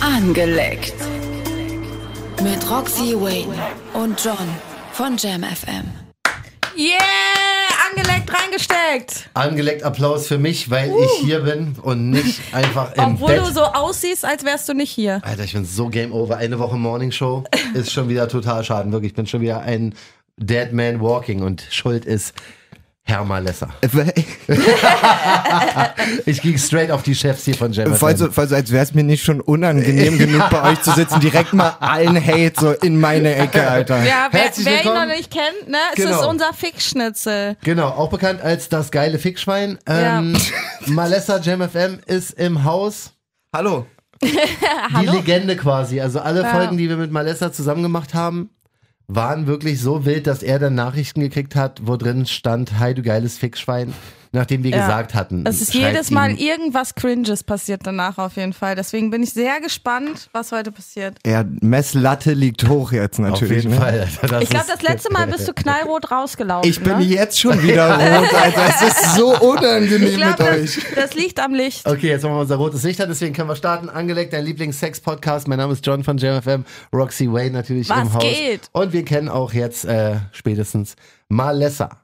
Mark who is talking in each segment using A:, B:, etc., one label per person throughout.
A: Angeleckt. Mit Roxy Wayne und John von Jam FM.
B: Yeah! Angeleckt reingesteckt.
C: Angeleckt Applaus für mich, weil ich hier bin und nicht einfach im
B: Uh. Obwohl
C: Bett.
B: du so aussiehst, als wärst du nicht hier.
C: Alter, ich bin so game over. Eine Woche Morning Show ist schon wieder total schaden. Wirklich, ich bin schon wieder ein Dead Man Walking und schuld ist Herma Lesser. Ich ging straight auf die Chefs hier von Jam.
D: falls, Äh, so- falls so, als wäre es mir nicht schon unangenehm genug, bei euch zu sitzen, direkt mal allen Hate so in meine Ecke, Alter.
B: Ja, wer,
C: Herzlich
B: wer ihn noch
C: willkommen.
B: nicht kennt, ne? Es
C: Genau.
B: ist unser Fickschnitzel.
C: Genau, auch bekannt als das geile Fickschwein. Ähm, Malessa Jam FM ist im Haus.
D: Hallo.
C: die Legende quasi. Also alle
B: Ja.
C: Folgen, die wir mit Malessa zusammen gemacht haben, waren wirklich so wild, dass er dann Nachrichten gekriegt hat, wo drin stand, hi du geiles Fickschwein, nachdem wir
B: Ja.
C: gesagt hatten.
B: Es ist
C: schreibt
B: jedes Mal
C: ihm-
B: irgendwas Cringes passiert danach auf jeden Fall. Deswegen bin ich sehr gespannt, was heute passiert.
D: Ja, Messlatte liegt hoch jetzt
C: Auf
D: natürlich.
C: jeden
D: ne?
C: Fall. Alter,
B: Ich glaube,
C: ist-
B: das letzte Mal bist du knallrot rausgelaufen.
D: Ich bin
B: ne?
D: jetzt schon wieder rot, Alter. Es ist so unangenehm
B: Ich glaube,
D: mit euch.
B: das, das liegt am Licht.
C: Okay, jetzt machen wir unser rotes Licht an, deswegen können wir starten. Angelegt, dein Lieblings-Sex-Podcast. Mein Name ist John von JamFM, Roxy Wayne natürlich
B: Was
C: im Haus.
B: geht?
C: Und wir kennen auch jetzt äh, spätestens Malessa.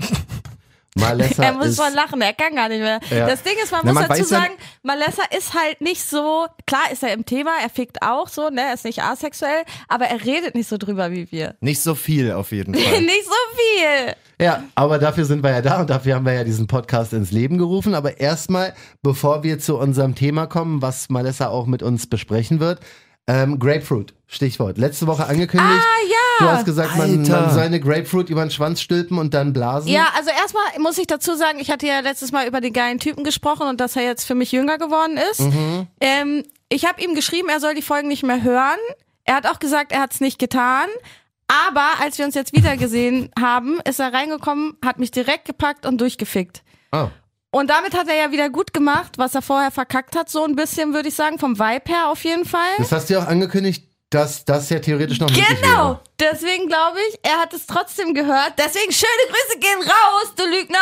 C: Malessa
B: Er muss
C: ist...
B: mal lachen, er kann gar nicht mehr.
C: Ja.
B: Das Ding ist, man
D: Na,
B: muss
D: man
B: dazu
D: weiß ja-
B: sagen, Malessa ist halt nicht so, klar ist er im Thema, er fickt auch so, ne, er ist nicht asexuell, aber er redet nicht so drüber wie wir.
D: Nicht so viel auf jeden Fall.
B: nicht so viel.
C: Ja, aber dafür sind wir ja da und dafür haben wir ja diesen Podcast ins Leben gerufen. Aber erstmal, bevor wir zu unserem Thema kommen, was Malessa auch mit uns besprechen wird, ähm, Grapefruit, Stichwort. Letzte Woche angekündigt.
B: Ah, ja.
C: Du hast gesagt, man,
D: Alter.
C: man soll eine Grapefruit über den Schwanz stülpen und dann blasen.
B: Ja, also erstmal muss ich dazu sagen, ich hatte ja letztes Mal über den geilen Typen gesprochen und dass er jetzt für mich jünger geworden ist.
D: Mhm.
B: Ähm, ich habe ihm geschrieben, er soll die Folgen nicht mehr hören. Er hat auch gesagt, er hat es nicht getan. Aber als wir uns jetzt wieder gesehen haben, ist er reingekommen, hat mich direkt gepackt und durchgefickt.
C: Oh.
B: Und damit hat er ja wieder gut gemacht, was er vorher verkackt hat, so ein bisschen, würde ich sagen, vom Vibe her auf jeden Fall.
C: Das hast du ja auch angekündigt, dass das ja theoretisch noch möglich
B: Genau,
C: wäre.
B: deswegen glaube ich, er hat es trotzdem gehört. Deswegen schöne Grüße gehen raus, du Lügner.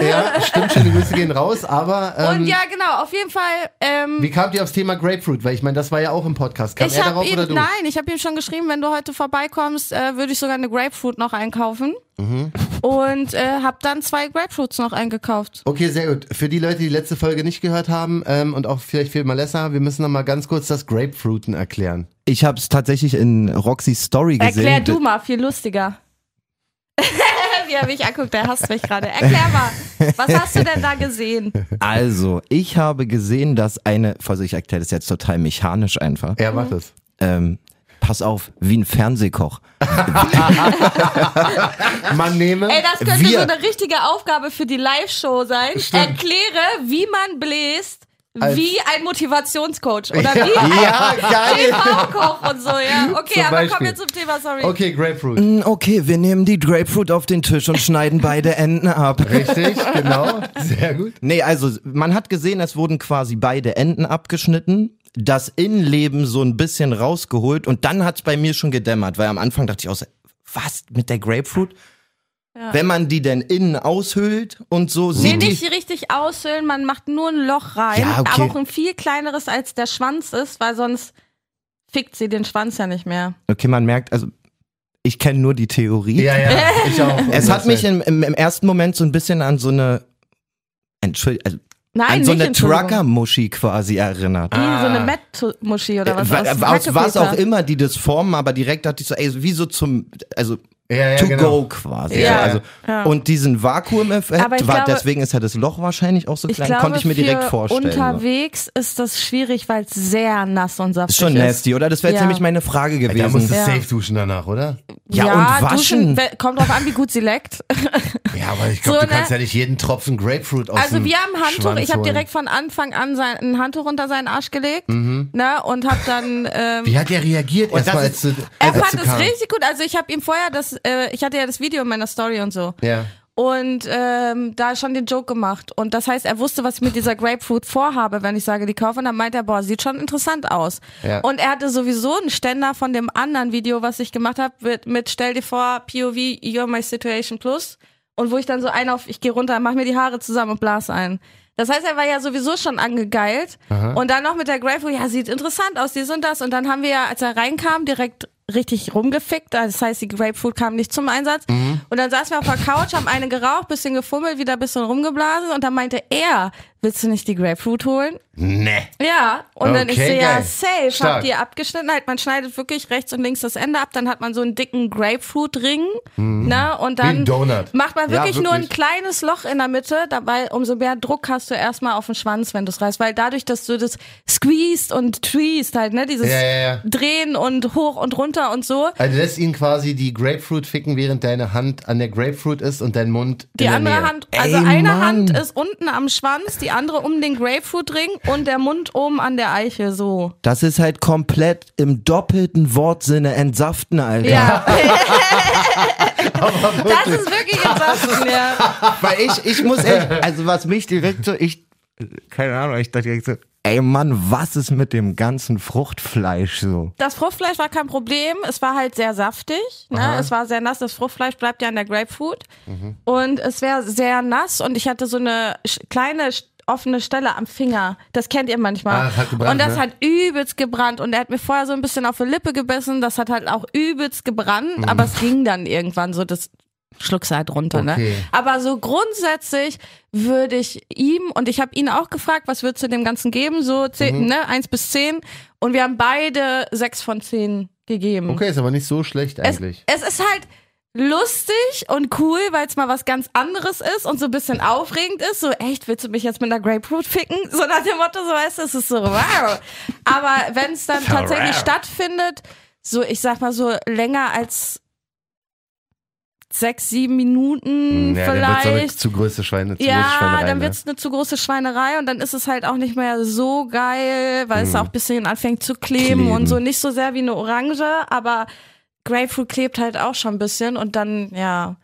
C: Ja, stimmt, schöne Grüße gehen raus, aber ähm,
B: Und ja, genau, auf jeden Fall. Ähm,
C: wie kamt ihr aufs Thema Grapefruit? Weil ich meine, das war ja auch im Podcast. Kam
B: ich
C: er
B: habe
C: darauf
B: ihm,
C: oder du?
B: nein, ich habe ihm schon geschrieben, wenn du heute vorbeikommst, äh, würde ich sogar eine Grapefruit noch einkaufen.
C: Mhm.
B: Und äh, habe dann zwei Grapefruits noch eingekauft.
C: Okay, sehr gut. Für die Leute, die letzte Folge nicht gehört haben ähm, und auch vielleicht viel Malessa, wir müssen noch mal ganz kurz das Grapefruiten erklären.
D: Ich habe es tatsächlich in Roxys Story gesehen.
B: Erklär du mal, viel lustiger. Wie er mich anguckt, der hasst mich gerade. Erklär mal, was hast du denn da gesehen?
D: Also, ich habe gesehen, dass eine, also ich erkläre das jetzt total mechanisch einfach.
C: Er
B: Mhm.
C: macht es.
D: Ähm, pass auf, wie ein Fernsehkoch.
C: Man nehme.
B: Ey, das könnte
D: Wir-
B: so eine richtige Aufgabe für die Live-Show sein. Erkläre, wie man bläst,
C: Als-
B: wie ein Motivationscoach oder wie ein
C: ja, geil.
B: TV-Koch und so, ja. Okay,
C: Zum
B: aber kommen
C: Beispiel.
B: wir zum Thema, sorry.
C: Okay, Grapefruit.
D: Hm, Okay, wir nehmen die Grapefruit auf den Tisch und schneiden beide Enden ab.
C: Richtig, genau. Sehr gut.
D: Nee, also man hat gesehen, es wurden quasi beide Enden abgeschnitten, das Innenleben so ein bisschen rausgeholt und dann hat's bei mir schon gedämmert, weil am Anfang dachte ich auch, so, was mit der Grapefruit? Wenn man die denn innen aushüllt und so
B: Nee,
D: sieht
B: nicht
D: die,
B: richtig aushöhlen, man macht nur ein Loch rein,
D: Ja, okay.
B: aber auch ein viel kleineres als der Schwanz ist, weil sonst fickt sie den Schwanz ja nicht mehr.
D: okay, man merkt, also ich kenne nur die Theorie.
C: Ja, ja, ich auch.
D: Es hat mich im, im, im ersten Moment so ein bisschen an so eine Entschuldigung, also
B: Nein,
D: an so
B: nicht,
D: eine
B: Entschuldigung.
D: Trucker-Muschi quasi erinnert.
B: Die, so eine Met-Muschi oder was
D: Äh, Wa-
B: aus,
D: aus was auch
B: Hackefilter.
D: immer die das formen, aber direkt dachte ich so, ey, wie so zum, also
C: ja, ja,
D: to
C: genau.
D: go quasi.
B: Ja.
D: Also,
B: Ja.
D: Und diesen Vakuum-Effekt,
B: Aber ich
D: war-
B: glaube-
D: deswegen ist ja das Loch wahrscheinlich auch so
B: Ich
D: klein,
B: glaube,
D: konnte ich mir direkt
B: für
D: vorstellen. so.
B: Unterwegs ist das schwierig, weil es sehr nass und saftig
D: Ist schon
B: ist.
D: nasty, oder? Das wäre jetzt
B: Ja.
D: nämlich meine Frage
C: Da musst
D: gewesen.
C: du
B: Ja.
C: safe duschen danach, oder?
D: Ja, und waschen.
B: duschen, we- kommt drauf an, wie gut sie leckt.
C: Ja, aber ich glaube,
B: So,
C: du kannst
B: ne?
C: ja nicht jeden Tropfen Grapefruit aus
B: Also
C: dem
B: wir haben ein Handtuch,
C: Schwanz
B: ich habe
C: holen.
B: direkt von Anfang an sein, ein Handtuch unter seinen Arsch gelegt
D: Mhm.
B: ne, und habe dann... Ähm,
C: Wie hat er reagiert?
D: Und das
C: Erstmal, als
D: ist-
C: du,
B: er
C: als
B: fand
C: du
B: es
C: kamst?
B: richtig gut. Also ich habe ihm vorher das, äh, ich hatte ja das Video in meiner Story und so.
C: Ja.
B: Und ähm, da schon den Joke gemacht. Und das heißt, er wusste, was ich mit dieser Grapefruit vorhabe, wenn ich sage, die kaufe. Und dann meint er, boah, sieht schon interessant aus.
C: Ja.
B: Und er hatte sowieso einen Ständer von dem anderen Video, was ich gemacht habe, mit, mit Stell dir vor, POV, You're My Situation Plus. Und wo ich dann so einen auf, ich gehe runter, mach mir die Haare zusammen und blas ein. Das heißt, er war ja sowieso schon angegeilt. Und dann noch mit der Grapefruit, ja, sieht interessant aus, dies und das. Und dann haben wir ja, als er reinkam, direkt richtig rumgefickt. Das heißt, die Grapefruit kam nicht zum Einsatz. Und dann saßen wir auf der Couch, haben eine geraucht, bisschen gefummelt, wieder ein bisschen rumgeblasen. Und dann meinte er, willst du nicht die Grapefruit holen?
C: Nee.
B: Ja, und dann ich
C: Okay,
B: so, ja,
C: geil.
B: safe,
C: Stark.
B: habt ihr abgeschnitten. Halt, man schneidet wirklich rechts und links das Ende ab, dann hat man so einen dicken Grapefruit-Ring, ne, und
C: Mhm. Wie ein
B: dann
C: Donut.
B: macht man
D: Ja,
B: wirklich, nur ein
D: wirklich.
B: kleines Loch in der Mitte, dabei umso mehr Druck hast du erstmal auf den Schwanz, wenn du es reißt, weil dadurch, dass du das squeezed und tweezed halt, ne, dieses
C: Ja, ja, ja.
B: Drehen und hoch und runter und so,
C: Also du lässt ihn quasi die Grapefruit ficken, während deine Hand an der Grapefruit ist und dein Mund
B: Die
C: in der
B: andere
C: Nähe.
B: Hand, also
D: Ey,
B: eine
D: Mann.
B: Hand ist unten am Schwanz, die andere um den Grapefruitring und der Mund oben an der Eiche, so.
D: Das ist halt komplett im doppelten Wortsinne entsaften, Alter.
B: Ja. das ist wirklich entsassen, ja.
D: Weil ich, ich muss echt, also was mich direkt so, ich, keine Ahnung, ich dachte direkt so, ey Mann, was ist mit dem ganzen Fruchtfleisch so?
B: Das Fruchtfleisch war kein Problem. Es war halt sehr saftig. Ne? Es war sehr nass. Das Fruchtfleisch bleibt ja in der Grapefruit.
C: Mhm.
B: Und es wäre sehr nass und ich hatte so eine sch- kleine sch- offene Stelle am Finger. Das kennt ihr manchmal.
C: Ah, hat gebrannt,
B: und das
C: ne?
B: hat übelst gebrannt. Und er hat mir vorher so ein bisschen auf die Lippe gebissen. Das hat halt auch übelst
C: Mhm.
B: gebrannt. Aber es ging dann irgendwann so. Das schluckst du halt runter.
C: Okay.
B: Ne? Aber so grundsätzlich würde ich ihm, und ich habe ihn auch gefragt, was würdest du dem Ganzen geben? So
C: Mhm.
B: zehn, ne, eins bis zehn. Und wir haben beide sechs von zehn gegeben.
C: Okay, ist aber nicht so schlecht
B: es,
C: eigentlich.
B: es ist halt lustig und cool, weil es mal was ganz anderes ist und so ein bisschen aufregend ist. So, echt, willst du mich jetzt mit einer Grapefruit ficken? So nach dem Motto, so weißt du, es ist so, wow. Aber wenn es dann tatsächlich stattfindet, so, ich sag mal so länger als sechs, sieben Minuten
C: ja, dann wird's
B: hm, vielleicht.
C: aber zu große Schweine, zu große
B: Ja,
C: Schweinerei,
B: dann
C: ne?
B: wird's eine zu große Schweinerei und dann ist es halt auch nicht mehr so geil,
C: Mhm.
B: weil es auch ein bisschen anfängt zu kleben,
D: Kleben.
B: und so. Nicht so sehr wie eine Orange, aber Grapefruit klebt halt auch schon ein bisschen und dann, ja.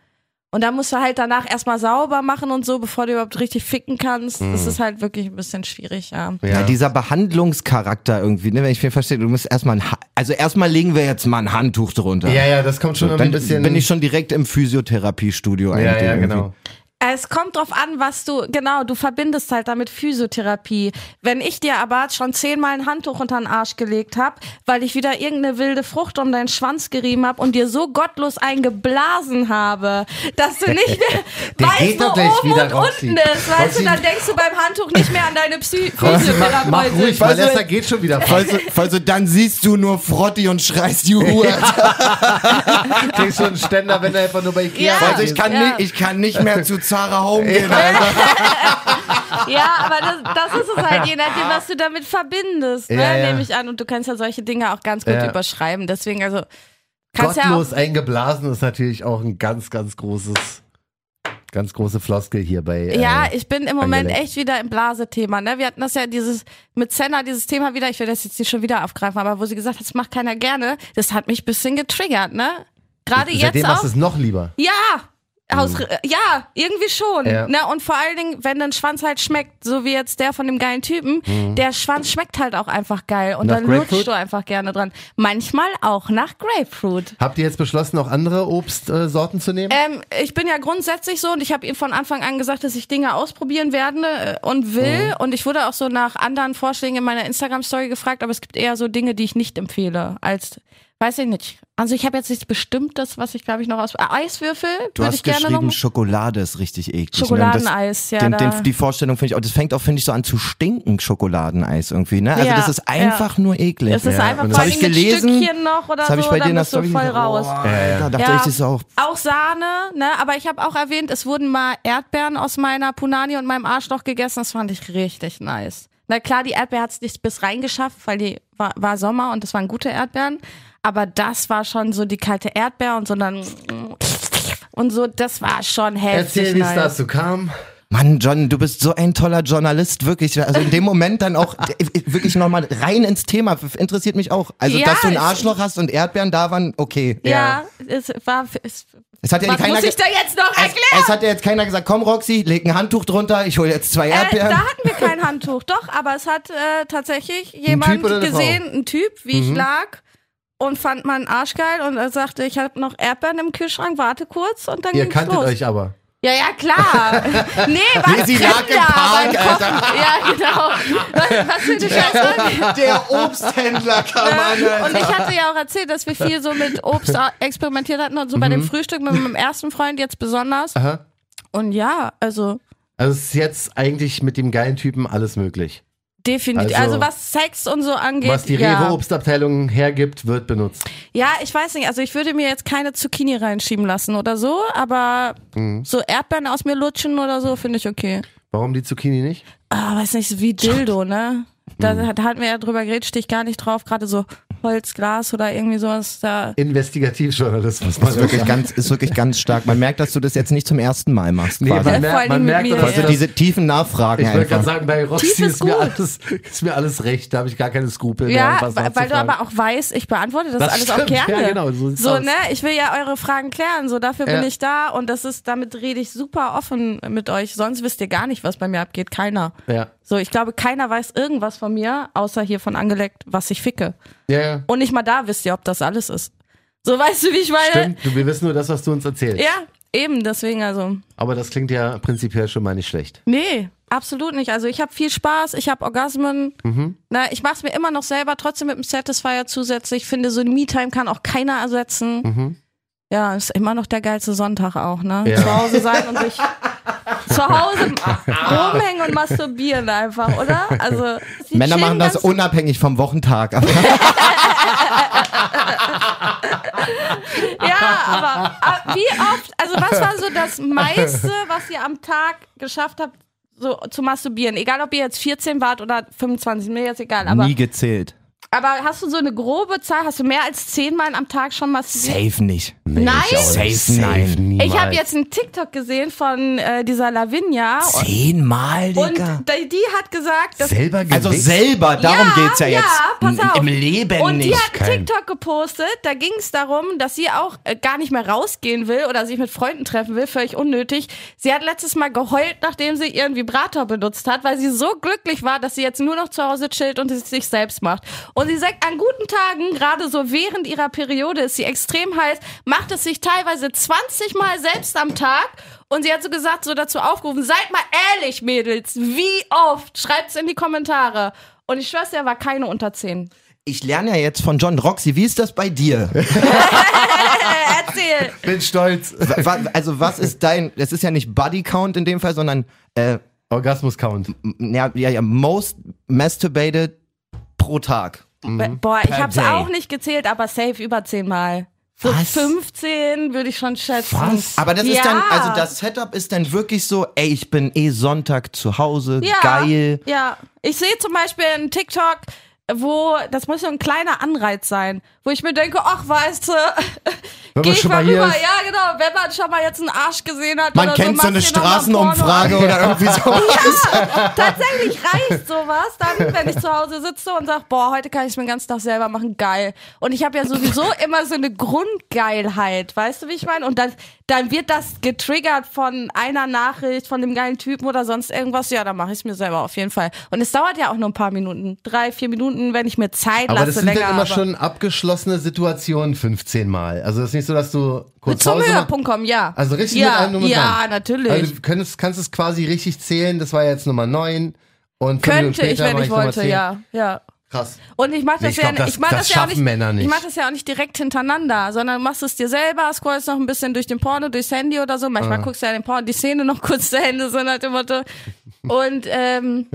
B: Und dann musst du halt danach erstmal sauber machen und so, bevor du überhaupt richtig ficken kannst.
C: Mhm.
B: Das ist halt wirklich ein bisschen schwierig, ja.
D: Ja.
C: Ja.
D: dieser Behandlungscharakter irgendwie, ne, wenn ich viel verstehe, du musst erstmal ein, ha also erstmal legen wir jetzt mal ein Handtuch drunter.
C: ja, ja, das kommt schon
D: Dann
C: ein bisschen.
D: bin ich schon direkt im Physiotherapiestudio
C: ja,
D: eigentlich.
C: ja,
D: irgendwie.
C: genau.
B: Es kommt drauf an, was du, genau, du verbindest halt damit Physiotherapie. Wenn ich dir aber schon zehnmal ein Handtuch unter den Arsch gelegt habe, weil ich wieder irgendeine wilde Frucht um deinen Schwanz gerieben habe und dir so gottlos eingeblasen habe, dass du nicht mehr
C: Der
B: weißt,
C: geht
B: wo
C: doch gleich
B: oben
C: wieder,
B: und
C: Roxy.
B: unten ist. Weißt
C: Roxy.
B: du, dann denkst du beim Handtuch nicht mehr an deine Psy
C: Mach, mach ruhig,
B: Physiotherapeutin.
D: Weißt du-
C: Vanessa geht schon wieder fast.
D: Falls, du- falls du dann siehst du nur Frotti und schreist Juhu.
C: Kriegst schon einen Ständer, wenn er einfach nur bei
B: Ja.
C: Ikea
D: Also
C: Also
D: ich kann,
B: Ja.
D: nicht, ich kann nicht mehr zu Zara Home gehen. Alter.
B: Ja, aber das, das ist es halt, je nachdem, was du damit verbindest, ne,
C: Ja, ja.
B: nehme ich an. Und du kannst ja solche Dinge auch ganz gut
C: Ja.
B: überschreiben. Deswegen, also, kannst ja auch
C: Gottlos eingeblasen ist natürlich auch ein ganz, ganz großes, ganz große Floskel hier bei. äh,
B: Ja, ich bin im Moment
C: angelegt.
B: echt wieder im Blasethema. Ne? Wir hatten das ja dieses mit Senna, dieses Thema wieder, ich will das jetzt nicht schon wieder aufgreifen, aber wo sie gesagt hat, das macht keiner gerne, das hat mich ein bisschen getriggert, ne? Gerade jetzt
C: Seitdem
B: auch.
C: machst du es noch lieber.
B: Ja! Aus, Ja, irgendwie schon.
C: Ja.
B: Ne? Und vor allen Dingen, wenn dein Schwanz halt schmeckt, so wie jetzt der von dem geilen Typen, der Schwanz schmeckt halt auch einfach geil. Und
C: Hm. Nach
B: dann
C: Grapefruit?
B: lutschst du einfach gerne dran. Manchmal auch nach Grapefruit.
C: Habt ihr jetzt beschlossen, auch andere Obstsorten äh, Sorten zu nehmen?
B: Ähm, ich bin ja grundsätzlich so und ich habe ihm von Anfang an gesagt, dass ich Dinge ausprobieren werde äh, und will.
D: Mhm.
B: Und ich wurde auch so nach anderen Vorschlägen in meiner Instagram-Story gefragt, aber es gibt eher so Dinge, die ich nicht empfehle, als, weiß ich nicht. Also ich habe jetzt nichts Bestimmtes, was ich glaube ich noch aus. Ah, Eiswürfel
D: Du
B: würde
D: hast
B: ich gerne noch.
D: geschrieben, Schokolade ist richtig eklig. ne?
B: Schokoladeneis,
D: das,
B: ja,
D: Den,
B: da-
D: den, die Vorstellung finde ich auch, das fängt auch, finde ich, so an zu stinken, Schokoladeneis irgendwie. Ne? Also
B: Ja,
D: das ist einfach nur eklig.
B: Es ist
D: ja.
B: einfach
C: und
B: vor allem
C: das
D: hab
B: mit
D: ich gelesen,
B: Stückchen noch oder
D: Das
B: so,
D: habe ich bei dir
B: dann
D: in der
B: bist du
D: Story
B: voll
D: gedacht,
B: raus.
D: Oh, Alter, dachte ich, das ist auch
B: Auch Sahne, ne? Aber ich habe auch erwähnt, es wurden mal Erdbeeren aus meiner Punani und meinem Arschloch gegessen. Das fand ich richtig nice. Na klar, die Erdbeere hat's nicht bis reingeschafft, weil die war, war Sommer und das waren gute Erdbeeren. Aber das war schon so die kalte Erdbeere und so dann und so, das war schon heftig.
C: Erzähl, wie es
B: nice.
C: dazu kam.
D: Mann, John, du bist so ein toller Journalist, wirklich. Also in dem Moment dann auch äh, wirklich nochmal rein ins Thema. Interessiert mich auch. Also,
B: Ja,
D: dass du ein
B: ich-
D: Arschloch hast und Erdbeeren da waren, okay.
B: Ja, es war. Es,
D: Es hat ja
B: was
D: keiner
B: muss
D: ge-
B: ich da jetzt noch
D: Es,
B: erklären?
D: es hat ja jetzt keiner gesagt, komm Roxy, leg ein Handtuch drunter, ich hole jetzt zwei
B: Äh,
D: Erdbeeren.
B: da hatten wir kein Handtuch, doch, aber es hat äh, tatsächlich jemand
C: oder eine
B: gesehen, ein Typ, wie ich lag und fand meinen Arsch geil und er sagte, ich habe noch Erdbeeren im Kühlschrank, warte kurz und dann
C: Ihr
B: ging's
C: kanntet
B: Hm, los.
C: euch aber.
B: Ja, ja, klar. nee, was
D: Nee, sie lag
B: brennt
D: im
B: da
D: Park,
B: beim Kochen? Ja, genau. Was, was für eine Scheiße.
D: Der Obsthändler kam
B: Und ich hatte ja auch erzählt, dass wir viel so mit Obst au- experimentiert hatten und so bei dem Frühstück mit meinem ersten Freund jetzt besonders.
C: Aha.
B: Und ja, also
C: Also es ist jetzt eigentlich mit dem geilen Typen alles möglich.
B: definitiv. Also,
C: Also,
B: was Sex und so angeht.
C: Was die
B: ja.
C: Rewe-Obstabteilung hergibt, wird benutzt.
B: ja, ich weiß nicht. Also ich würde mir jetzt keine Zucchini reinschieben lassen oder so, aber
C: Mhm.
B: so Erdbeeren aus mir lutschen oder so finde ich okay.
C: Warum die Zucchini nicht?
B: ah, weiß nicht, so wie Dildo, ne? Da
C: Mhm.
B: hat- hatten wir ja drüber geredet, stehe ich gar nicht drauf, gerade so Holz, Glas oder irgendwie sowas da.
C: Investigativjournalismus.
D: Ist wirklich, ganz, ist wirklich ganz stark. Man merkt, dass du das jetzt nicht zum ersten Mal machst.
C: Nee,
D: quasi.
C: man,
B: Vor
C: mer
B: allem
C: man
B: mit
C: merkt,
B: mir.
C: dass
D: also
C: das,
D: diese tiefen Nachfragen
C: ich wollte gerade
D: einfach.
C: sagen, bei
B: Tief
C: Roxy
B: ist
C: ist, mir
B: gut.
C: alles, ist mir alles recht, da habe ich gar keine Skrupel.
B: Ja,
C: mehr, um was
B: weil weil du
C: nachzufragen.
B: aber auch weißt, ich beantworte das,
C: Das
B: alles auch
C: stimmt, ja,
B: gerne.
C: genau, so sieht's
B: so
C: aus.
B: ne, ich will ja eure Fragen klären, so dafür
C: Ja.
B: bin ich da und das ist, damit rede ich super offen mit euch. Sonst wisst ihr gar nicht, was bei mir abgeht, keiner.
C: Ja.
B: So, ich glaube, keiner weiß irgendwas von mir, außer hier von angeleckt, was ich ficke.
C: Ja, ja.
B: Und nicht mal da wisst ihr, ob das alles ist. So weißt du, wie ich meine?
C: Stimmt, du, wir wissen nur das, was du uns erzählst.
B: Äh, Ja, eben, deswegen also.
C: Aber das klingt ja prinzipiell schon mal nicht schlecht.
B: Nee, absolut nicht. Also ich habe viel Spaß, ich habe Orgasmen.
D: Mhm.
B: Na, ich mache es mir immer noch selber, trotzdem mit dem Satisfier zusätzlich. Ich finde, so ein Me-Time kann auch keiner ersetzen.
D: Mhm.
B: Ja, ist immer noch der geilste Sonntag auch, ne?
C: Ja.
B: Zu Hause sein und sich zu Hause rumhängen und masturbieren einfach, oder? Also sie
D: Männer
B: chillen
D: machen das
B: ganz-
D: unabhängig vom Wochentag. Aber
B: Ja, aber, aber wie oft, also was war so das meiste, was ihr am Tag geschafft habt, so zu masturbieren? Egal, ob ihr jetzt 14 wart oder 25, mir jetzt egal. Aber,
D: nie gezählt.
B: aber hast du so eine grobe Zahl? Hast du mehr als 10 Mal am Tag schon masturbiert?
D: Safe nicht.
B: Nein. ich auch
D: nicht. Safe nein.
B: Ich habe jetzt einen TikTok gesehen von äh, dieser Lavinia.
D: Zehnmal,
B: Und
D: Digga.
B: die, die hat gesagt, dass
C: selber
D: Also
C: gewichst?
D: selber, darum
B: ja,
D: geht's ja
B: ja,
D: jetzt.
B: pass auf.
D: Im Leben
B: Und
D: nicht.
B: die hat einen
D: Kein-
B: TikTok gepostet, da ging es darum, dass sie auch äh, gar nicht mehr rausgehen will oder sich mit Freunden treffen will, völlig unnötig. Sie hat letztes Mal geheult, nachdem sie ihren Vibrator benutzt hat, weil sie so glücklich war, dass sie jetzt nur noch zu Hause chillt und es sich selbst macht. Und sie sagt, an guten Tagen, gerade so während ihrer Periode ist sie extrem heiß, macht es sich teilweise 20 Mal selbst am Tag. Und sie hat so gesagt, so dazu aufgerufen, seid mal ehrlich, Mädels, wie oft? Schreibt's in die Kommentare. Und ich schwör's, er war keine unter 10.
D: Ich lerne ja jetzt von John Roxy. Wie ist das bei dir?
B: Äh, erzähl.
C: bin stolz.
D: Wa- also was ist dein? Das ist ja nicht Body Count in dem Fall, sondern äh,
C: Orgasmus-Count.
D: m- ja, ja, ja, most masturbated pro Tag.
B: Boah, ich
D: Per
B: hab's
D: day.
B: auch nicht gezählt, aber safe über 10 Mal. So
D: Was?
B: 15 würde ich schon schätzen.
C: Was?
D: Aber das
B: Ja.
D: ist dann, also das Setup ist dann wirklich so, ey, ich bin eh Sonntag zu Hause,
B: Ja,
D: geil.
B: Ja. Ich sehe zum Beispiel einen TikTok, wo, das muss so ein kleiner Anreiz sein, wo ich mir denke, ach, weißt du,
C: Wenn
B: geh
C: man
B: ich
C: schon
B: mal
C: mal hier
B: rüber.
C: ist.
B: Ja, genau. Wenn man schon mal jetzt einen Arsch gesehen hat.
D: Man
B: oder
D: kennt
B: so,
D: so
B: machst
D: eine
B: dir noch mal Porno an.
D: Straßenumfrage oder irgendwie sowas.
B: Tatsächlich reicht sowas dann, wenn ich zu Hause sitze und sage, boah, heute kann ich es mir den ganzen Tag selber machen, geil. Und ich habe ja sowieso immer so eine Grundgeilheit, weißt du, wie ich meine? Und dann, dann wird das getriggert von einer Nachricht, von dem geilen Typen oder sonst irgendwas. Ja, dann mache ich es mir selber auf jeden Fall. Und es dauert ja auch nur ein paar Minuten, drei, vier Minuten, wenn ich mir Zeit
C: Aber
B: lasse.
C: das sind
B: länger,
C: dann immer
B: aber-
C: schon abgeschlossene Situationen 15 Mal. Also es ist nicht so, dass du kurz
B: zum
C: Pause machst.
B: Höhepunkt kommen, ja.
C: Also richtig
B: ja,
C: mit einem Nummer
B: Ja, natürlich.
C: Also du könntest, kannst es quasi richtig zählen, das war jetzt Nummer 9. Und fünf Minuten
B: Könnte
C: später
B: ich, wenn
C: mach
B: ich
C: Nummer
B: wollte,
C: 10.
B: ja, ja.
C: Krass.
B: Und ich mach das
C: Ich
B: ja,
C: glaub, das-
B: ich mach
C: das
B: das ja auch
C: schaffen
B: nicht,
C: Männer nicht.
B: Ich mach das ja auch nicht direkt hintereinander, sondern machst es dir selber, scrollst noch ein bisschen durch den Porno, durchs Handy oder so.
C: Ah.
B: Manchmal guckst du ja den Porno, die Szene noch kurz zu Ende, so nach dem Motto. Und ähm,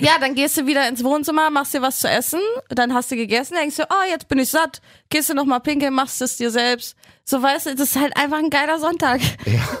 B: ja, dann gehst du wieder ins Wohnzimmer, machst dir was zu essen, dann hast du gegessen, denkst du, oh, jetzt bin ich satt. Gehst du nochmal pinkeln, machst es dir selbst. So weißt du, das ist halt einfach ein geiler Sonntag.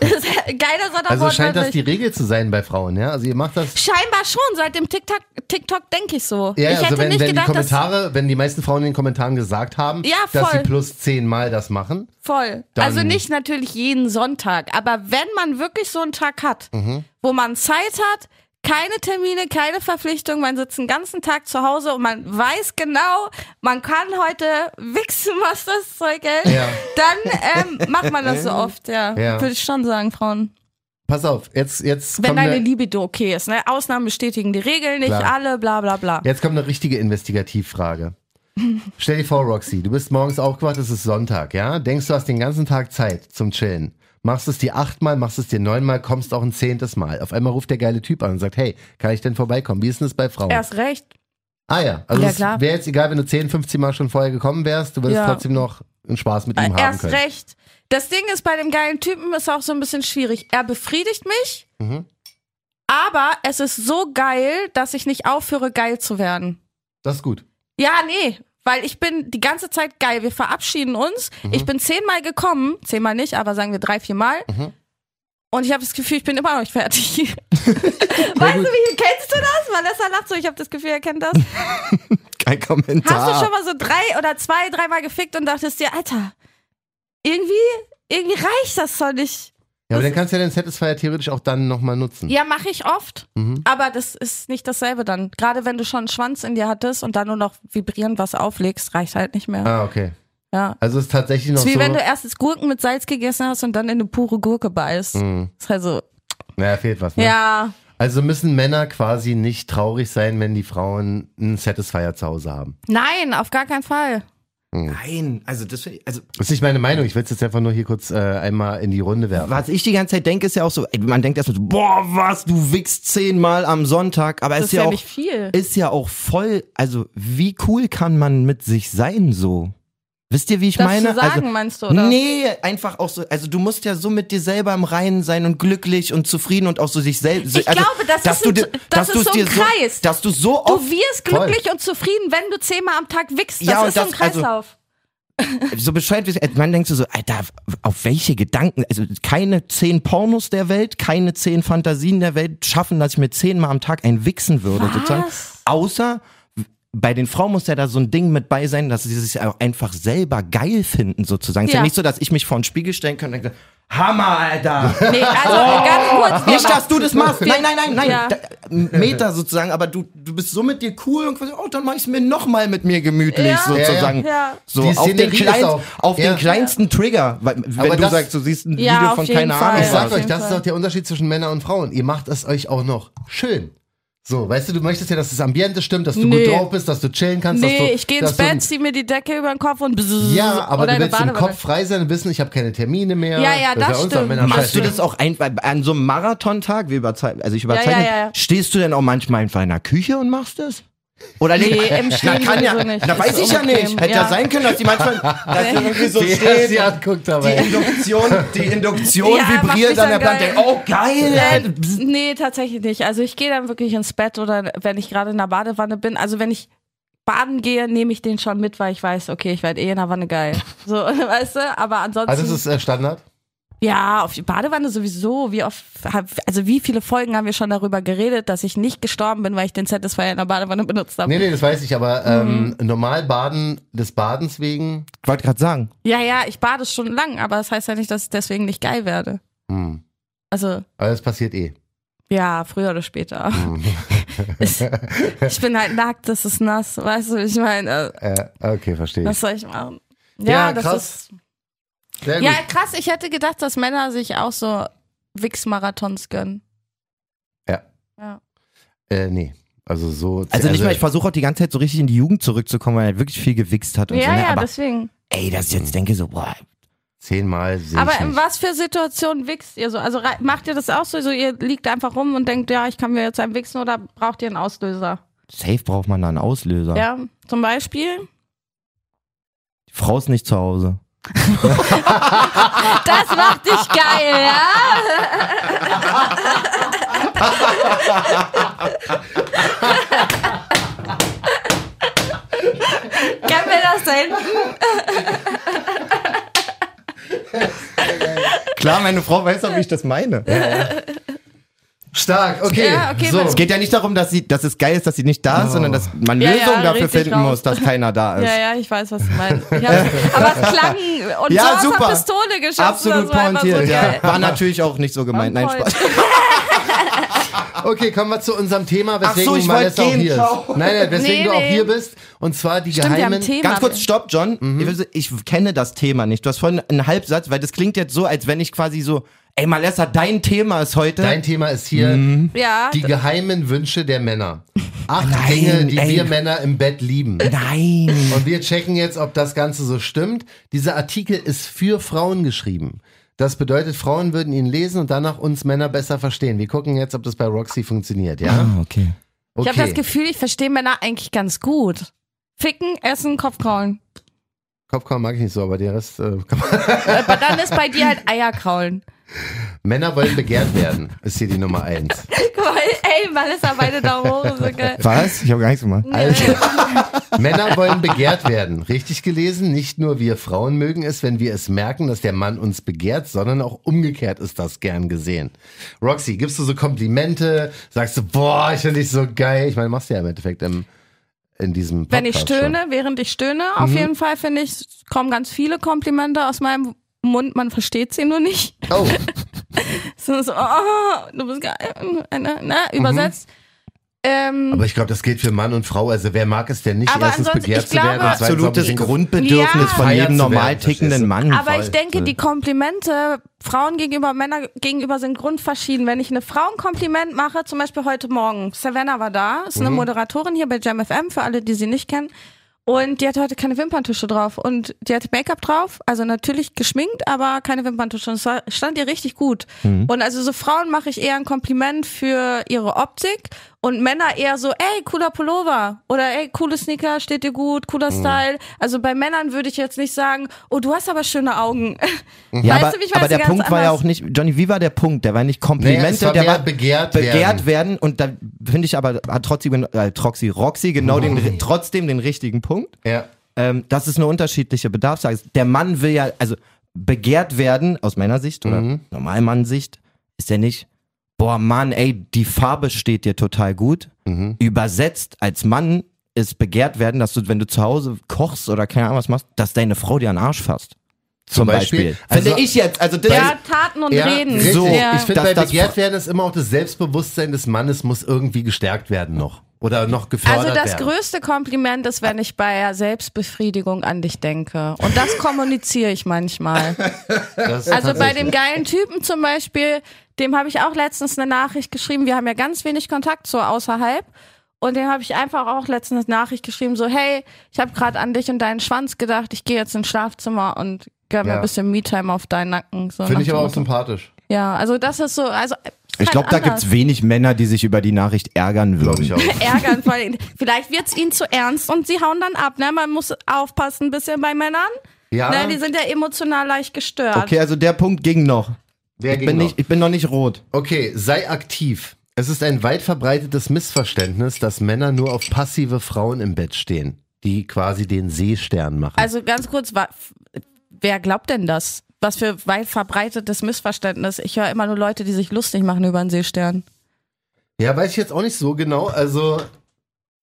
B: Das ist halt ein geiler Sonntag.
C: Also scheint das
B: wortwörtlich.
C: die Regel zu sein bei Frauen, ja? Also ihr macht das.
B: Scheinbar schon, seit dem TikTok, TikTok denke ich so.
C: Ja,
B: ich hätte
C: also wenn,
B: nicht
C: wenn
B: gedacht,
C: die Kommentare, wenn die meisten Frauen in den Kommentaren gesagt haben,
B: Ja,
C: dass sie
B: voll.
C: plus 10 Mal das machen.
B: Voll.
C: Dann-
B: also nicht natürlich jeden Sonntag, aber wenn man wirklich so einen Tag hat,
C: Mhm.
B: wo man Zeit hat, keine Termine, keine Verpflichtung, man sitzt den ganzen Tag zu Hause und man weiß genau, man kann heute wichsen, was das Zeug hält,
C: Ja.
B: dann ähm, macht man das so oft, ja.
C: Ja.
B: Würde ich schon sagen, Frauen.
C: Pass auf, jetzt, jetzt,
B: Wenn
C: kommt,
B: deine
C: eine,
B: Libido okay ist, ne? Ausnahmen bestätigen die Regeln, nicht
C: Klar.
B: alle, bla bla bla.
C: jetzt kommt eine richtige Investigativfrage. Stell dir vor, Roxy, du bist morgens aufgewacht, es ist Sonntag, ja? Denkst du hast den ganzen Tag Zeit zum Chillen. machst es dir achtmal, machst es dir neunmal, kommst auch ein zehntes Mal. Auf einmal ruft der geile Typ an und sagt, hey, kann ich denn vorbeikommen? Wie ist denn das bei Frauen?
B: Erst recht.
C: ah ja, also
B: Ja,
C: es
B: klar.
C: wäre jetzt egal, wenn du 10, 15 Mal schon vorher gekommen wärst, du würdest
B: Ja. Äh,
C: trotzdem noch einen Spaß mit ihm haben
B: Erst
C: können.
B: recht. Das Ding ist, bei dem geilen Typen ist auch so ein bisschen schwierig. Er befriedigt mich,
C: Mhm.
B: aber es ist so geil, dass ich nicht aufhöre, geil zu werden.
C: Das ist gut.
B: Ja, nee, weil ich bin die ganze Zeit geil. Wir verabschieden uns.
C: Mhm.
B: Ich bin zehnmal gekommen, zehnmal nicht, aber sagen wir drei, viermal.
C: Mhm.
B: Und ich habe das Gefühl, ich bin immer noch nicht fertig. weißt du, wie kennst du das? Vanessa lacht so, ich habe das Gefühl, er kennt das.
D: Kein Kommentar.
B: Hast du schon mal so drei oder zwei, dreimal gefickt und dachtest dir, Alter, irgendwie, irgendwie reicht das doch nicht.
C: Ja, aber dann kannst du ja den Satisfier theoretisch auch dann nochmal nutzen.
B: Ja, mache ich oft,
D: Mhm.
B: aber das ist nicht dasselbe dann. Gerade wenn du schon einen Schwanz in dir hattest und dann nur noch vibrierend was auflegst, reicht halt nicht mehr.
C: Ah, okay.
B: Ja.
C: Also es ist tatsächlich noch
B: Es ist wie
C: so.
B: wenn du erstens Gurken mit Salz gegessen hast und dann in eine pure Gurke beißt.
D: Mhm.
B: Ist halt so,
C: naja, fehlt was, ne?
B: ja,
C: Also müssen Männer quasi nicht traurig sein, wenn die Frauen einen Satisfier zu Hause haben.
B: nein, auf gar keinen Fall.
D: Nein, also das, also
C: Das ist nicht meine Meinung. Ich will es jetzt einfach nur hier kurz äh, einmal in die Runde werfen.
D: was ich die ganze Zeit denke, ist ja auch so, ey, man denkt erstmal so, boah, was, du wickst zehnmal am Sonntag, aber
B: Das
D: ist
B: ist
D: ja,
B: ja
D: auch,
B: nicht viel.
D: ist ja auch voll, also wie cool kann man mit sich sein so? Wisst ihr, wie ich
B: Das
D: meine?
B: zu sagen,
D: also,
B: meinst du, oder?
D: Nee, einfach auch so, also du musst ja so mit dir selber im Reinen sein und glücklich und zufrieden und auch so sich selbst.
B: Ich
D: also,
B: glaube, das
D: dass
B: ist
D: du,
B: ein-
D: dir-
B: das
D: dass
B: ist
D: du's
B: so ein
D: dir
B: Kreis.
D: So, dass du so
B: Du
D: oft
B: wirst
C: Voll.
B: glücklich und zufrieden, wenn du zehnmal am Tag wickst. Das
D: Ja, und
B: ist so ein
D: das- also-
B: Kreislauf.
D: so bescheuert wie man denkt so, so, Alter, auf welche Gedanken, also keine zehn Pornos der Welt, keine zehn Fantasien der Welt schaffen, dass ich mir zehnmal am Tag ein Wichsen würde, sozusagen. Außer bei den Frauen muss ja da so ein Ding mit bei sein, dass sie sich auch einfach selber geil finden, sozusagen. Ist ja
B: Ja.
D: nicht so, dass ich mich vor den Spiegel stellen kann und denke, Hammer, Alter!
B: nee, also ganz kurz. wir
D: Nicht,
B: machen-
D: dass du das machst. Nein, nein, nein, nein.
B: Ja.
D: Da, Meter sozusagen, aber du, du bist so mit dir cool und quasi, oh, dann mach ich's mir nochmal mit mir gemütlich
B: Ja.
D: sozusagen.
B: Ja, ja.
D: So
C: Die
D: auf den,
C: Szenerie ist
D: kleinen,
C: auch-
D: auf
C: Ja.
D: den kleinsten Trigger. Weil, wenn
C: Aber
D: du
C: das-
D: sagst, du siehst ein
B: Ja,
D: Video
B: auf
D: von
B: jeden
D: keine
B: Fall.
D: Ahnung.
C: Ich sag
B: auf
D: was.
C: euch,
B: jeden
C: das ist
B: Fall.
C: auch der Unterschied zwischen Männern und Frauen. Ihr macht es euch auch noch schön. So, weißt du, du möchtest ja, dass das Ambiente stimmt, dass du
B: Nee.
C: gut drauf bist, dass du chillen kannst. dass
B: Nee,
C: du,
B: ich gehe ins
C: dass du-
B: Bett, zieh mir die Decke über den Kopf und bzzz,
C: Ja, aber
B: oder
C: du
B: in
C: willst
B: eine
C: im
B: Badewanne.
C: Kopf frei sein und wissen, ich habe keine Termine mehr.
B: Ja, ja,
C: ist
B: das
C: uns doch
B: stimmt.
C: Männern
D: Machst du
C: scheißegal.
D: das auch einfach an so einem Marathontag, wie überzeichnet, also ich überzeichne,
B: ja, ja.
D: stehst du denn auch manchmal einfach in der Küche und machst das? Oder
B: Nee,
D: nicht?
B: im
D: Na,
B: Stehen
D: kann ja,
B: sowieso nicht.
D: na, weiß
B: Ist
D: ich ja
B: unbequem,
D: nicht. Hätte
B: ja.
D: ja sein können, dass die manchmal, dass die irgendwie so
C: Die
D: stehen.
C: hat sie anguckt dabei.
D: Die Induktion, die Induktion
B: Ja, macht mich
D: vibriert an der
B: dann
D: Platte.
B: geil.
D: Denkt, Oh, geil!
C: halt
B: Nein, nee, tatsächlich nicht. Also ich gehe dann wirklich ins Bett oder wenn ich gerade in der Badewanne bin, also wenn ich baden gehe, nehme ich den schon mit, weil ich weiß, okay, ich werde eh in der Wanne geil. So, weißt du, aber ansonsten
C: Also, das ist äh, Standard.
B: ja, auf die Badewanne sowieso, wie oft hab- also wie viele Folgen haben wir schon darüber geredet, dass ich nicht gestorben bin, weil ich den Satisfier in der Badewanne benutzt habe.
C: Nee, nee, das weiß ich, aber ähm,
B: Mhm.
C: normal baden des Badens wegen.
D: Ich wollte gerade sagen.
B: Ja, ja, ich bade schon lang, aber das heißt ja nicht, dass ich deswegen nicht geil werde.
C: Hm.
B: Also
C: Aber das passiert eh. Hm.
B: Ja, früher oder später. Es- ich bin halt nackt, das ist nass. Weißt du, ich meine, äh,
C: Äh, okay, verstehe
B: was
C: ich.
B: soll ich machen?
C: Ja,
B: das
C: krass. Sehr
B: Ist,
C: gut.
B: ja, krass. Ich hätte gedacht, dass Männer sich auch so Wix-Marathons gönnen.
C: Ja.
B: Ja.
C: Äh, nee. Also so.
D: Also nicht mal, ich versuche auch die ganze Zeit so richtig in die Jugend zurückzukommen, weil er wirklich viel gewichst hat und so.
B: Ja,
D: Ne?
B: ja,
D: aber
B: deswegen.
D: ey, dass ich jetzt denke so, boah,
C: zehnmal sehe
B: Aber
C: ich
B: in
C: nicht.
B: was für Situationen wichst ihr so? Also rei- macht ihr das auch so, so, ihr liegt einfach rum und denkt, ja, ich kann mir jetzt einen wichsen oder braucht ihr einen Auslöser?
D: safe braucht man da einen Auslöser.
B: Ja, zum Beispiel.
D: Die Frau ist nicht zu Hause.
B: Das macht dich geil, ja? Können wir das senden?
D: Klar, meine Frau weiß auch, wie ich das meine.
C: Stark, okay.
B: Ja, okay,
C: so.
B: man-
D: Es geht ja nicht darum, dass, sie, dass es geil ist, dass sie nicht da ist, sondern dass man
B: Ja, ja,
D: Lösungen dafür
B: richtig
D: finden
B: raus.
D: muss, dass keiner da ist.
B: Ja, ja, ich weiß, was du meinst. Ich hab, aber es klang und
D: Ja,
B: so aus
D: super.
B: der Pistole geschossen.
D: Absolut
B: das war einfach
D: pointiert,
B: so
D: ja.
B: geil.
D: War natürlich auch nicht so gemeint. Nein, Spaß.
C: Okay, kommen wir zu unserem Thema, weswegen
D: so, ich
C: Vanessa auch
D: wollte gehen.
C: hier
D: Ciao.
C: ist. Nein, nein, weswegen
B: Nee,
C: du auch
B: nee.
C: hier bist. Und zwar die
B: Stimmt, wir haben
C: geheimen.
B: ein Thema.
D: Ganz kurz, stopp, John. Ich will so- Ich kenne das Thema nicht. Du hast vorhin einen Halbsatz, weil das klingt jetzt so, als wenn ich quasi so, ey Malessa, dein Thema ist heute.
C: Dein Thema ist hier
B: Ja,
C: die geheimen Wünsche der Männer. Acht Dinge, die
D: ey.
C: wir Männer im Bett lieben.
D: Nein.
C: Und wir checken jetzt, ob das Ganze so stimmt. Dieser Artikel ist für Frauen geschrieben. Das bedeutet, Frauen würden ihn lesen und danach uns Männer besser verstehen. Wir gucken jetzt, ob das bei Roxy funktioniert, ja?
D: Ah, okay.
B: Ich
C: Okay.
B: habe das Gefühl, ich verstehe Männer eigentlich ganz gut. Ficken, essen, Kopfkraulen.
C: Kopfkauen mag ich nicht so, aber der Rest äh, kann man.
B: Aber dann ist bei dir halt Eierkraulen.
C: Männer wollen begehrt werden, ist hier die Nummer eins.
B: Guck mal, ey, Mann, ist da beide Daumen hoch. So geil.
D: Was? Ich habe gar nichts gemacht.
C: Also, Männer wollen begehrt werden. Richtig gelesen, nicht nur wir Frauen mögen es, wenn wir es merken, dass der Mann uns begehrt, sondern auch umgekehrt ist das gern gesehen. Roxy, gibst du so Komplimente? Sagst du, boah, ich finde dich so geil? Ich meine, machst du ja im Endeffekt im, in diesem Podcast
B: Wenn ich
C: schon. Mhm.
B: stöhne, während ich stöhne, auf jeden Fall finde ich, kommen ganz viele Komplimente aus meinem Mund. Man versteht sie nur nicht.
C: Oh,
B: So, so oh, du bist geil. Na, na,
C: Mhm.
B: übersetzt. Ähm,
C: aber ich glaube, das gilt für Mann und Frau. Also wer mag es denn nicht,
B: Aber
C: erstens
B: ansonsten,
C: begehrt
B: ich
C: zu werden
B: glaube-
C: und zweitens auch
D: Absolutes
C: ein bisschen-
D: Grundbedürfnis
B: Ja.
D: von
C: Feiert
D: jedem
C: zu werden,
D: normal tickenden Mann.
B: Aber ich
C: Voll.
B: denke,
C: Ja.
B: die Komplimente Frauen gegenüber, Männer gegenüber sind grundverschieden. Wenn ich eine Frau ein Kompliment mache, zum Beispiel heute Morgen, Savannah war da, ist eine Moderatorin hier bei Jam FM, für alle, die sie nicht kennen. Und die hatte heute keine Wimperntusche drauf. Und die hatte Make-up drauf, also natürlich geschminkt, aber keine Wimperntusche. Und es war, stand ihr richtig gut. Und also so Frauen mache ich eher ein Kompliment für ihre Optik und Männer eher so, ey, cooler Pullover oder ey, coole Sneaker, steht dir gut, cooler Style. Also bei Männern würde ich jetzt nicht sagen, oh, du hast aber schöne Augen.
D: Ja,
B: Weißt
D: aber,
B: du, wie ich
D: aber
B: weiß,
D: der
B: ganz
D: Punkt war ja
B: anders.
D: auch nicht, Johnny, wie war der Punkt? Der war nicht
C: Naja, es
D: Komplimente,
C: war
D: der
C: mehr
D: war
C: begehrt werden.
D: begehrt werden. Und da finde ich aber, hat trotzdem, äh, Troxy, Roxy genau den, trotzdem den richtigen Punkt.
C: Ja.
D: Ähm, das ist eine unterschiedliche Bedarfslage. Der Mann will ja, also begehrt werden, aus meiner Sicht oder
C: Mhm.
D: Normalmann-Sicht, ist ja nicht, boah Mann, ey, die Farbe steht dir total gut.
C: Mhm.
D: Übersetzt als Mann ist begehrt werden, dass du, wenn du zu Hause kochst oder keine Ahnung was machst, dass deine Frau dir an den Arsch fasst. Zum Beispiel.
C: Beispiel. Also-
D: Finde ich jetzt, also das
B: Ja, Taten und Reden.
C: Richtig.
D: So,
B: ja.
C: ich finde,
D: Dass
C: bei
D: das-
C: begehrt werden ist immer auch das Selbstbewusstsein des Mannes muss irgendwie gestärkt werden noch. Oder noch gefördert
B: Also das
C: werden.
B: größte Kompliment ist, wenn ich bei der Selbstbefriedigung an dich denke. Und das kommuniziere ich manchmal.
C: Das
B: Also
C: ist
B: bei
C: tatsächlich-
B: dem geilen Typen zum Beispiel, dem habe ich auch letztens eine Nachricht geschrieben. Wir haben ja ganz wenig Kontakt so außerhalb. Und dem habe ich einfach auch letztens eine Nachricht geschrieben, so hey, ich habe gerade an dich und deinen Schwanz gedacht. Ich gehe jetzt ins Schlafzimmer und gönn mir
C: Ja.
B: ein bisschen Me-Time auf deinen Nacken. So nach
C: Finde ich
B: dem
C: aber auch
B: Motto.
C: sympathisch.
B: Ja, also das ist so. Also
D: ich glaube, da gibt's wenig Männer, die sich über die Nachricht ärgern würden.
C: Glaube ich auch.
B: Ärgern vor allem. Vielleicht wird's ihnen zu ernst und sie hauen dann ab. Ne? Man muss aufpassen ein bisschen bei Männern.
C: Ja,
B: Ne? Die sind ja emotional leicht gestört.
D: Okay, also der Punkt ging noch.
C: wer
D: Ich
C: ging
D: bin,
C: noch?
D: nicht, ich bin noch nicht rot.
C: Okay, sei aktiv. Es ist ein weit verbreitetes Missverständnis, dass Männer nur auf passive Frauen im Bett stehen, die quasi den Seestern machen.
B: Also ganz kurz, wa- f- wer glaubt denn das? Was für weit verbreitetes Missverständnis. Ich höre immer nur Leute, die sich lustig machen über einen Seestern.
C: ja, weiß ich jetzt auch nicht so genau. Also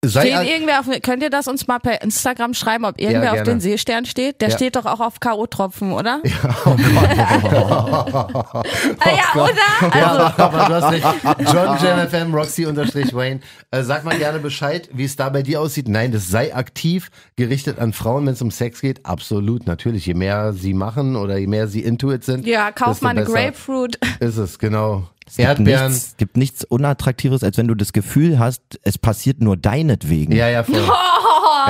C: sei
B: Stehen
C: ak-
B: irgendwer auf, ne-, könnt ihr das uns mal per Instagram schreiben, ob irgendwer auf
C: gerne.
B: den Seestern steht? Der
C: Ja. oh
B: steht doch auch auf K.O.-Tropfen, oder? Ja, ah, ja oder? Also,
C: ja, aber du hast recht. John JamFM, Roxy unterstrich Wayne. Äh, sag mal gerne Bescheid, wie es da bei dir aussieht. Nein, das sei aktiv, gerichtet an Frauen, wenn es um Sex geht. Absolut, natürlich. Je mehr sie machen oder je mehr sie into it sind,
B: ja, kauf
C: desto
B: mal eine
C: besser
B: Grapefruit.
C: Ist es, genau.
D: gibt
C: Erdbeeren.
D: nichts, gibt nichts Unattraktives, als wenn du das Gefühl hast, es passiert nur deinetwegen.
C: Ja, ja, voll.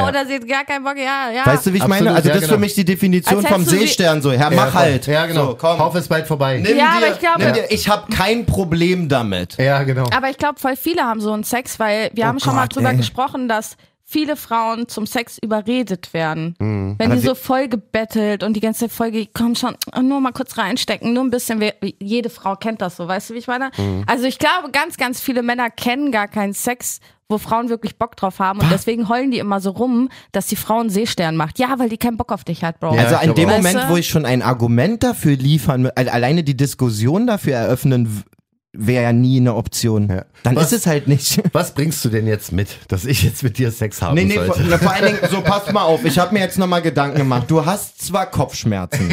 B: Oh, oder sie hat gar keinen Bock. Ja, ja.
D: Weißt du, wie ich
C: Absolut,
D: meine? Also
C: ja,
D: das ist für
C: genau.
D: mich die Definition
B: Als
D: vom
B: hättest du sie-
D: Seestern so. Herr,
C: Ja,
D: mach
C: voll.
D: halt.
C: Ja, genau.
D: So, komm.
C: Kauf ist bald vorbei.
D: Nimm
B: Ja,
D: dir,
B: aber ich glaube-
D: nimm dir, ich habe kein Problem damit.
C: Ja, genau.
B: Aber ich glaube, voll viele haben so einen Sex, weil wir haben schon mal
D: Oh Gott,
B: drüber
D: ey.
B: gesprochen, dass viele Frauen zum Sex überredet werden.
D: Mhm.
B: Wenn die so voll gebettelt und die ganze Folge, komm schon, nur mal kurz reinstecken, nur ein bisschen. we- Jede Frau kennt das so, weißt du, wie ich meine?
D: Mhm.
B: Also ich glaube, ganz, ganz viele Männer kennen gar keinen Sex wo Frauen wirklich Bock drauf haben und deswegen heulen die immer so rum, dass die Frauen Seestern macht. Ja, weil die keinen Bock auf dich hat, Bro.
C: Ja,
D: Also
C: ich
D: an
C: glaub
D: dem
C: auch.
D: Moment,
B: Weißt du?
D: wo ich schon ein Argument dafür liefern, mü- also alleine die Diskussion dafür eröffnen, wäre ja nie eine Option.
C: Ja.
D: Dann
C: Was-
D: ist es halt nicht.
C: Was bringst du denn jetzt mit, dass ich jetzt mit dir Sex haben
D: Nee, nee, vor,
C: sollte?
D: na, vor allen Dingen, so passt mal auf, ich habe mir jetzt nochmal Gedanken gemacht. Du hast zwar Kopfschmerzen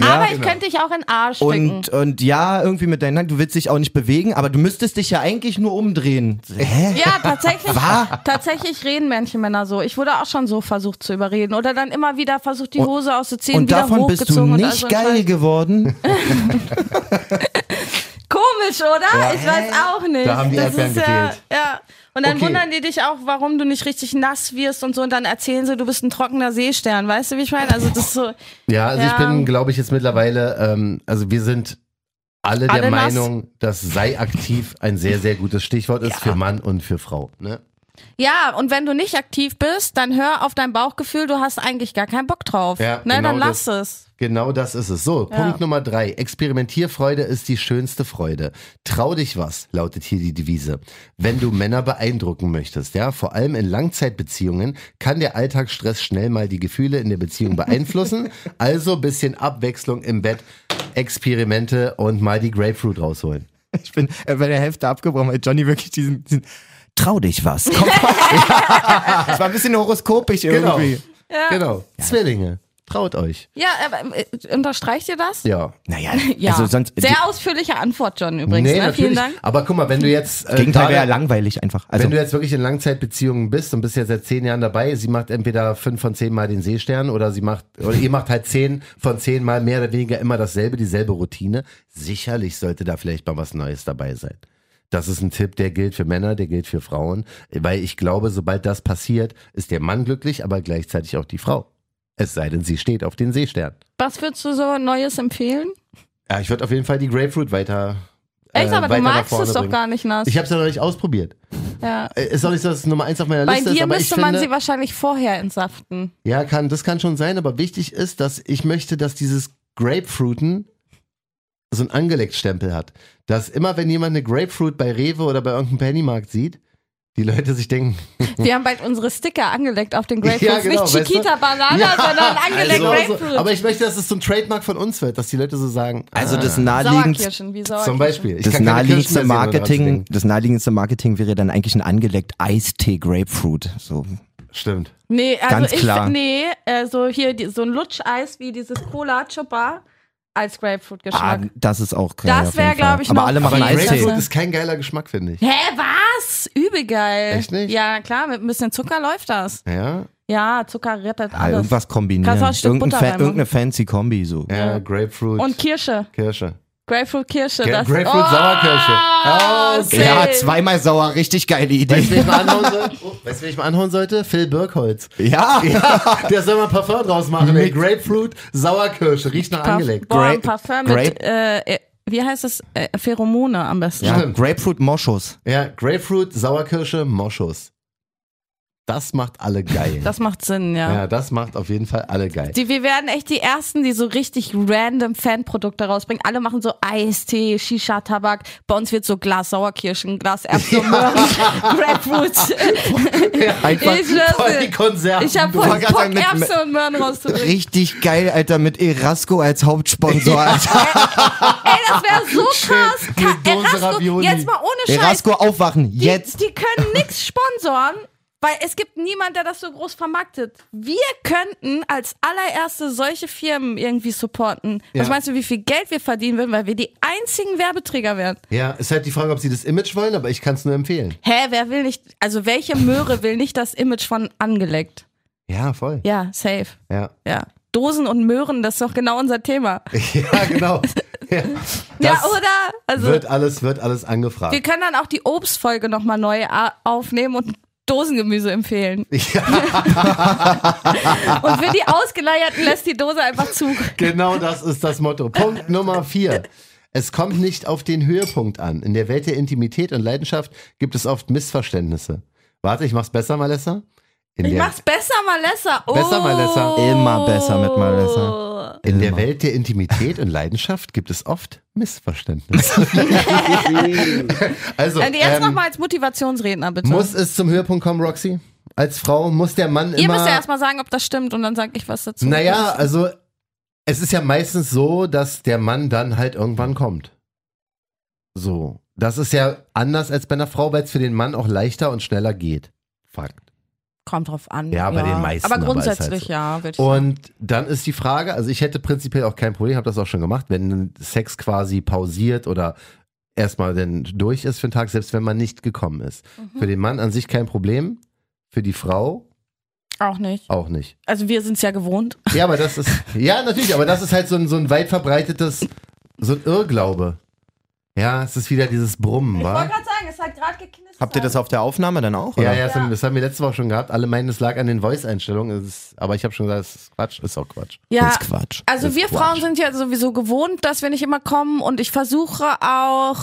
B: Aber ich könnte dich auch in den Arsch ficken.
D: genau. und, und ja, irgendwie mit deinen Händen, du willst dich auch nicht bewegen, aber du müsstest dich ja eigentlich nur umdrehen. Hä?
B: Ja, tatsächlich. Tatsächlich reden manche Männer so. Ich wurde auch schon so versucht zu überreden. Oder dann immer wieder versucht, die Hose auszuziehen,
D: Und
B: wieder
D: davon bist du
B: hochgezogen und also all
D: nicht
B: so ein
D: geil
B: Scheiß.
D: geworden.
B: Komisch, oder? ich weiß auch nicht.
C: Da haben die Erdbeeren
B: ja,
C: gefehlt.
B: äh, ja. Und dann
C: Okay.
B: wundern die dich auch, warum du nicht richtig nass wirst und so. Und dann erzählen sie, du bist ein trockener Seestern. Weißt du, wie ich meine? Also das ist so.
C: Ja, also ich
B: Ja.
C: bin, glaube ich, jetzt mittlerweile, ähm, also wir sind alle, der
B: Alle nass.
C: Meinung, dass sei aktiv ein sehr, sehr gutes Stichwort ist für Mann und für Frau. Ne?
B: Ja, und wenn du nicht aktiv bist, dann hör auf dein Bauchgefühl, du hast eigentlich gar keinen Bock drauf.
C: Ja,
B: ne,
C: genau
B: dann lass es.
C: Genau das ist es. So,
B: Ja.
C: Punkt Nummer drei. Experimentierfreude ist die schönste Freude. Trau dich was, lautet hier die Devise. Wenn du Männer beeindrucken möchtest, ja, vor allem in Langzeitbeziehungen kann der Alltagsstress schnell mal die Gefühle in der Beziehung beeinflussen. also bisschen Abwechslung im Bett, Experimente und mal die Grapefruit rausholen.
D: Ich bin äh, bei der Hälfte abgebrochen, weil Johnny wirklich diesen, diesen Trau dich was. Komm, das war ein bisschen horoskopisch
C: Genau.
D: irgendwie.
C: Genau. Zwillinge. Traut euch.
B: Ja, aber, äh, unterstreicht ihr das?
C: Ja.
D: Naja,
B: Ja.
D: also sonst.
B: Sehr ausführliche Antwort, John, übrigens. ne? Vielen Dank.
C: Aber guck mal, wenn du jetzt.
D: das Gegenteil
C: gerade-
D: wäre ja langweilig einfach. Also,
C: Wenn du jetzt wirklich in Langzeitbeziehungen bist und bist jetzt seit zehn Jahren dabei, sie macht entweder fünf von zehn Mal den Seestern oder sie macht, oder ihr macht halt zehn von zehn Mal mehr oder weniger immer dasselbe, dieselbe Routine. Sicherlich sollte da vielleicht mal was Neues dabei sein. Das ist ein Tipp, der gilt für Männer, der gilt für Frauen, weil ich glaube, sobald das passiert, ist der Mann glücklich, aber gleichzeitig auch die Frau. Es sei denn, sie steht auf den Seestern.
B: Was würdest du so Neues empfehlen?
C: Ja, ich würde auf jeden Fall die Grapefruit weiter. äh,
B: Echt, aber du
C: weiter nach
B: magst
C: vorne
B: es doch
C: bringen.
B: gar nicht nass.
C: Ich habe es ja noch nicht ausprobiert.
B: ja.
C: Äh, Ist auch nicht so, dass es Nummer eins auf meiner
B: Bei
C: Liste ist,
B: dir
C: aber ich
B: müsste
C: finde,
B: man sie wahrscheinlich vorher entsaften.
C: Ja, kann, das kann schon sein, aber wichtig ist, dass ich möchte, dass dieses Grapefruiten so einen Angeleckt-Stempel hat. Dass immer, wenn jemand eine Grapefruit bei Rewe oder bei irgendeinem Pennymarkt sieht, die Leute sich denken,
B: Wir haben bald unsere Sticker angelegt auf den Grapefruits.
C: Ja, genau,
B: Nicht
C: weißt du?
B: Chiquita Banana, sondern angelegt
C: also,
B: Grapefruit.
C: so, aber ich möchte, dass es so ein Trademark von uns wird, dass die Leute so sagen, ah,
D: also das naheliegendste.
B: Sauerkirschen, wie Sauerkirschen.
C: zum Beispiel. Ich
D: Das
C: kann keine
D: naheliegendste,
C: Kirschen mehr sehen, ohne dran zu
D: Marketing,
C: denken.
D: das naheliegendste Marketing wäre dann eigentlich ein angeleckt Eistee Grapefruit. So.
C: Stimmt.
B: Nee, also
D: Ganz
B: ich,
D: klar.
B: nee, äh, so hier die, so ein Lutscheis wie dieses Cola Chupa als
D: Ah,
B: Grapefruit-Geschmack.
D: das ist auch geil.
B: Das
D: auf jeden
B: wär, glaub
D: Fall.
B: ich,
D: Aber
B: noch
D: alle machen
B: viel
C: Aber
B: Eistee.
C: Grapefruit
B: besser.
D: Eistee.
C: ist kein geiler Geschmack, finde ich.
B: Hä, was? Übel geil.
C: Echt nicht?
B: Ja, klar, mit ein bisschen Zucker läuft das.
C: Ja,
B: Ja, Zucker rettet
D: Ah,
B: alles.
D: irgendwas kombinieren.
B: Kannst auch ein Stück
D: Irgendein
B: Butter
D: Fa-
B: reinmachen.
D: irgendeine fancy Kombi so.
C: ja, Grapefruit,
B: Und Kirsche.
C: Kirsche.
B: Grapefruit-Kirsche.
C: Gra-
B: das- Oh,
C: Grapefruit, Sauerkirsche. Oh,
B: safe.
D: Ja, zweimal sauer, richtig geile
C: Weißt du,
D: Idee.
C: wen ich mal anhauen sollte? Oh, weißt du, wen ich mal anhauen sollte? Phil Birkholz.
D: Ja.
C: Ja, der soll mal Parfum draus machen. Ey. Grapefruit, Sauerkirsche, riecht nach angelegt.
B: Boah, ein
D: Grape-
B: Parfum mit,
D: Grape-
B: äh, äh, wie heißt das? Äh, Pheromone am besten.
D: Ja,
C: Stimmt.
D: Grapefruit Moschus.
C: Ja, Grapefruit, Sauerkirsche, Moschus. Das macht alle geil.
B: Das macht Sinn, ja.
C: ja, das macht auf jeden Fall alle geil.
B: Die, wir werden echt die ersten, die so richtig random Fanprodukte rausbringen. Alle machen so Eistee, Shisha-Tabak. Bei uns wird so Glas Sauerkirschen, Glas Erbsen, Möhren, Grapefruits.
D: Einfach
B: Ich schwör's
C: Voll die
B: dir.
C: Konserven.
B: Ich hab
D: Du
B: voll
D: wolltest
B: Bock,
D: sagen, mit-
B: Erbsen und Möhren rauszubringen.
D: richtig geil, Alter, mit Erasco als Hauptsponsor, Alter.
B: Ey, das wäre so krass.
C: eine
B: Ka-
C: Dose
B: Erasco,
C: Ravioli.
B: jetzt mal ohne Scheiß.
D: Erasco aufwachen, jetzt.
B: Die, die können nix sponsoren, weil es gibt niemanden, der das so groß vermarktet. Wir könnten als allererste solche Firmen irgendwie supporten. Was
C: Ja.
B: meinst du, wie viel Geld wir verdienen würden, weil wir die einzigen Werbeträger wären?
C: Ja, ist halt die Frage, ob sie das Image wollen, aber ich kann es nur empfehlen.
B: Hä, wer will nicht, also welche Möhre will nicht das Image von angeleckt?
C: Ja, voll.
B: Ja, safe.
C: Ja,
B: Ja. Dosen und Möhren, das ist doch genau unser Thema.
C: ja genau. Ja. Das
B: ja, oder? Also,
C: wird alles, wird alles angefragt.
B: wir können dann auch die Obstfolge nochmal neu a- aufnehmen und Dosengemüse empfehlen. Und für die Ausgeleierten lässt die Dose einfach zu.
C: Genau das ist das Motto. Punkt Nummer vier. Es kommt nicht auf den Höhepunkt an. In der Welt der Intimität und Leidenschaft gibt es oft Missverständnisse. Warte, ich mach's besser, Malessa. In
B: Ich
C: der,
B: mach's besser, Malessa. Oh.
C: Besser, Malessa.
D: Immer besser mit Malessa.
C: in der Welt der Intimität und Leidenschaft gibt es oft Missverständnisse. also,
B: Und Äh, jetzt
C: ähm,
B: nochmal als Motivationsredner, bitte.
C: muss es zum Höhepunkt kommen, Roxy? Als Frau muss der Mann
B: Ihr
C: immer.
B: müsst ja erstmal sagen, ob das stimmt und dann sag ich was dazu.
C: naja, also es ist ja meistens so, dass der Mann dann halt irgendwann kommt. So. Das ist ja anders als bei einer Frau, weil es für den Mann auch leichter und schneller geht. Fakt.
B: Kommt drauf an.
C: Ja, bei den meisten,
B: Aber
C: aber ist
B: grundsätzlich,
C: halt so.
B: ja, würde ich sagen.
C: Und dann ist die Frage, also ich hätte prinzipiell auch kein Problem, habe das auch schon gemacht, wenn Sex quasi pausiert oder erstmal dann durch ist für den Tag, selbst wenn man nicht gekommen ist. Für den Mann an sich kein Problem, für die Frau
B: Auch nicht.
C: auch nicht.
B: Also wir sind's ja gewohnt.
C: Ja, aber das ist. Ja, natürlich, aber das ist halt so ein, so ein weit verbreitetes, so ein Irrglaube. Ja, es ist wieder dieses Brummen, wa?
B: gerade sagen, es hat gerade geknistert.
D: Habt ihr das auf der Aufnahme dann auch?
C: Ja,
D: Oder?
C: ja, das, haben, das haben wir letzte Woche schon gehabt. Alle meinen, es lag an den Voice-Einstellungen. Es ist- Aber ich habe schon gesagt, es ist Quatsch. Ist auch Quatsch.
B: Ja,
D: Ist Quatsch.
B: also
D: Ist
B: wir
D: Quatsch.
B: Frauen sind ja sowieso gewohnt, dass wir nicht immer kommen und ich versuche auch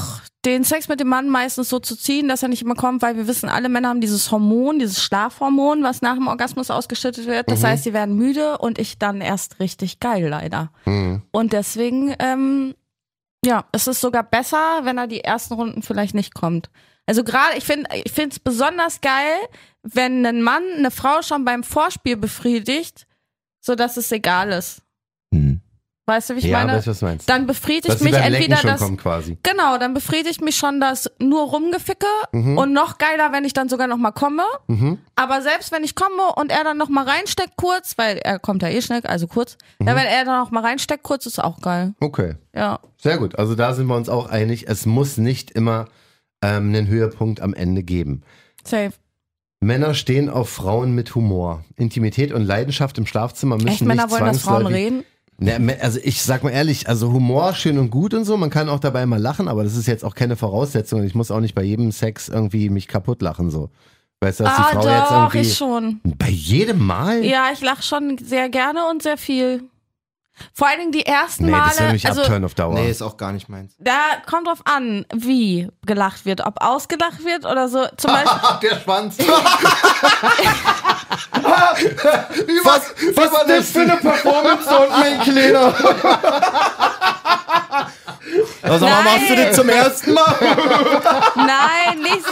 B: den Sex mit dem Mann meistens so zu ziehen, dass er nicht immer kommt, weil wir wissen, alle Männer haben dieses Hormon, dieses Schlafhormon, was nach dem Orgasmus ausgeschüttet wird.
D: Mhm.
B: Das heißt, sie werden müde und ich dann erst richtig geil leider.
C: Hm.
B: Und deswegen, ähm, ja, es ist sogar besser, wenn er die ersten Runden vielleicht nicht kommt. Also gerade, ich finde, ich finde es besonders geil, wenn ein Mann eine Frau schon beim Vorspiel befriedigt, so dass es egal ist.
D: Hm.
B: Weißt du, wie ich
C: ja,
B: meine?
C: weißt du, was du meinst?
B: dann befriedigt
C: Dass sie
B: mich
C: beim Lecken
B: entweder
C: schon
B: das.
C: kommen quasi.
B: Genau, dann befriedigt mich schon das nur rumgeficke
C: Mhm.
B: und noch geiler, wenn ich dann sogar noch mal komme. Aber selbst wenn ich komme und er dann noch mal reinsteckt kurz, weil er kommt ja eh schnell, also kurz.
C: Mhm.
B: Dann wenn er dann noch mal reinsteckt kurz, ist auch geil.
C: Okay.
B: Ja.
C: Sehr gut. Also da sind wir uns auch einig. Es muss nicht immer ähm, einen Höhepunkt am Ende geben.
B: Safe.
C: Männer stehen auf Frauen mit Humor. Intimität und Leidenschaft im Schlafzimmer müssen
B: Echt, Männer
C: nicht
B: wollen, dass Frauen
C: zwangsläufig-
B: reden?
C: Na, me- also ich sag mal ehrlich, also Humor schön und gut und so, man kann auch dabei mal lachen, aber das ist jetzt auch keine Voraussetzung und ich muss auch nicht bei jedem Sex irgendwie mich kaputt lachen so. Weißt du, dass die
B: Ah,
C: Frau jetzt
B: doch,
C: irgendwie
B: ich schon.
C: bei jedem Mal
B: Ja, ich lache schon sehr gerne und sehr viel. Vor allen Dingen die ersten
C: Nee,
B: Male.
C: das ist nämlich
B: also,
C: Upturn auf Dauer.
D: Nee, ist auch gar nicht meins.
B: Da kommt drauf an, wie gelacht wird. Ob ausgelacht wird oder so. Zum Beispiel.
C: Ah, der Schwanz. was was das für eine Performance und mein Kleiner?
D: Also,
B: Nein.
D: warum machst du das zum ersten Mal?
B: Nein, nicht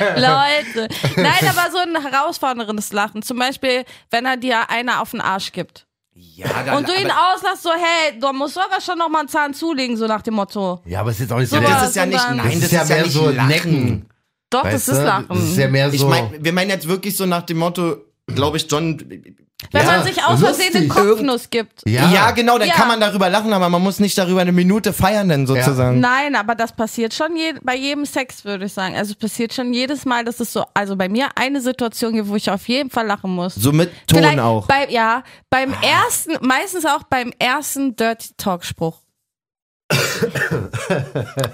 B: so. Leute. Nein, aber so ein herausforderndes Lachen. Zum Beispiel, wenn er dir einer auf den Arsch gibt.
D: Ja, dann,
B: Und du ihn auslachst, so, hey, da musst du aber schon nochmal einen Zahn zulegen, so nach dem Motto.
C: Ja, aber es ist jetzt auch nicht so.
B: Ja,
C: was-
D: das ist ja nicht,
B: sondern-
D: nein,
C: das, ist ja mehr
D: nicht
C: so
D: Lachen.
C: Necken.
B: Doch,
C: Weißt
B: das ist
C: du?
B: Lachen.
C: Das ist ja mehr so.
D: Ich meine, wir meinen jetzt wirklich so nach dem Motto, glaube ich, John.
B: wenn
C: ja,
B: man sich aus Versehen den
C: lustig.
B: Kopfnuss gibt.
D: Ja,
C: ja,
D: genau, dann
B: Ja.
D: kann man darüber lachen, aber man muss nicht darüber eine Minute feiern, denn sozusagen.
B: Nein, aber das passiert schon je, bei jedem Sex, würde ich sagen. Also es passiert schon jedes Mal, dass es so, also bei mir eine Situation gibt, wo ich auf jeden Fall lachen muss.
D: So mit Ton
B: Vielleicht
D: auch.
B: Bei, ja, beim
C: Ah.
B: ersten, meistens auch beim ersten Dirty Talk-Spruch.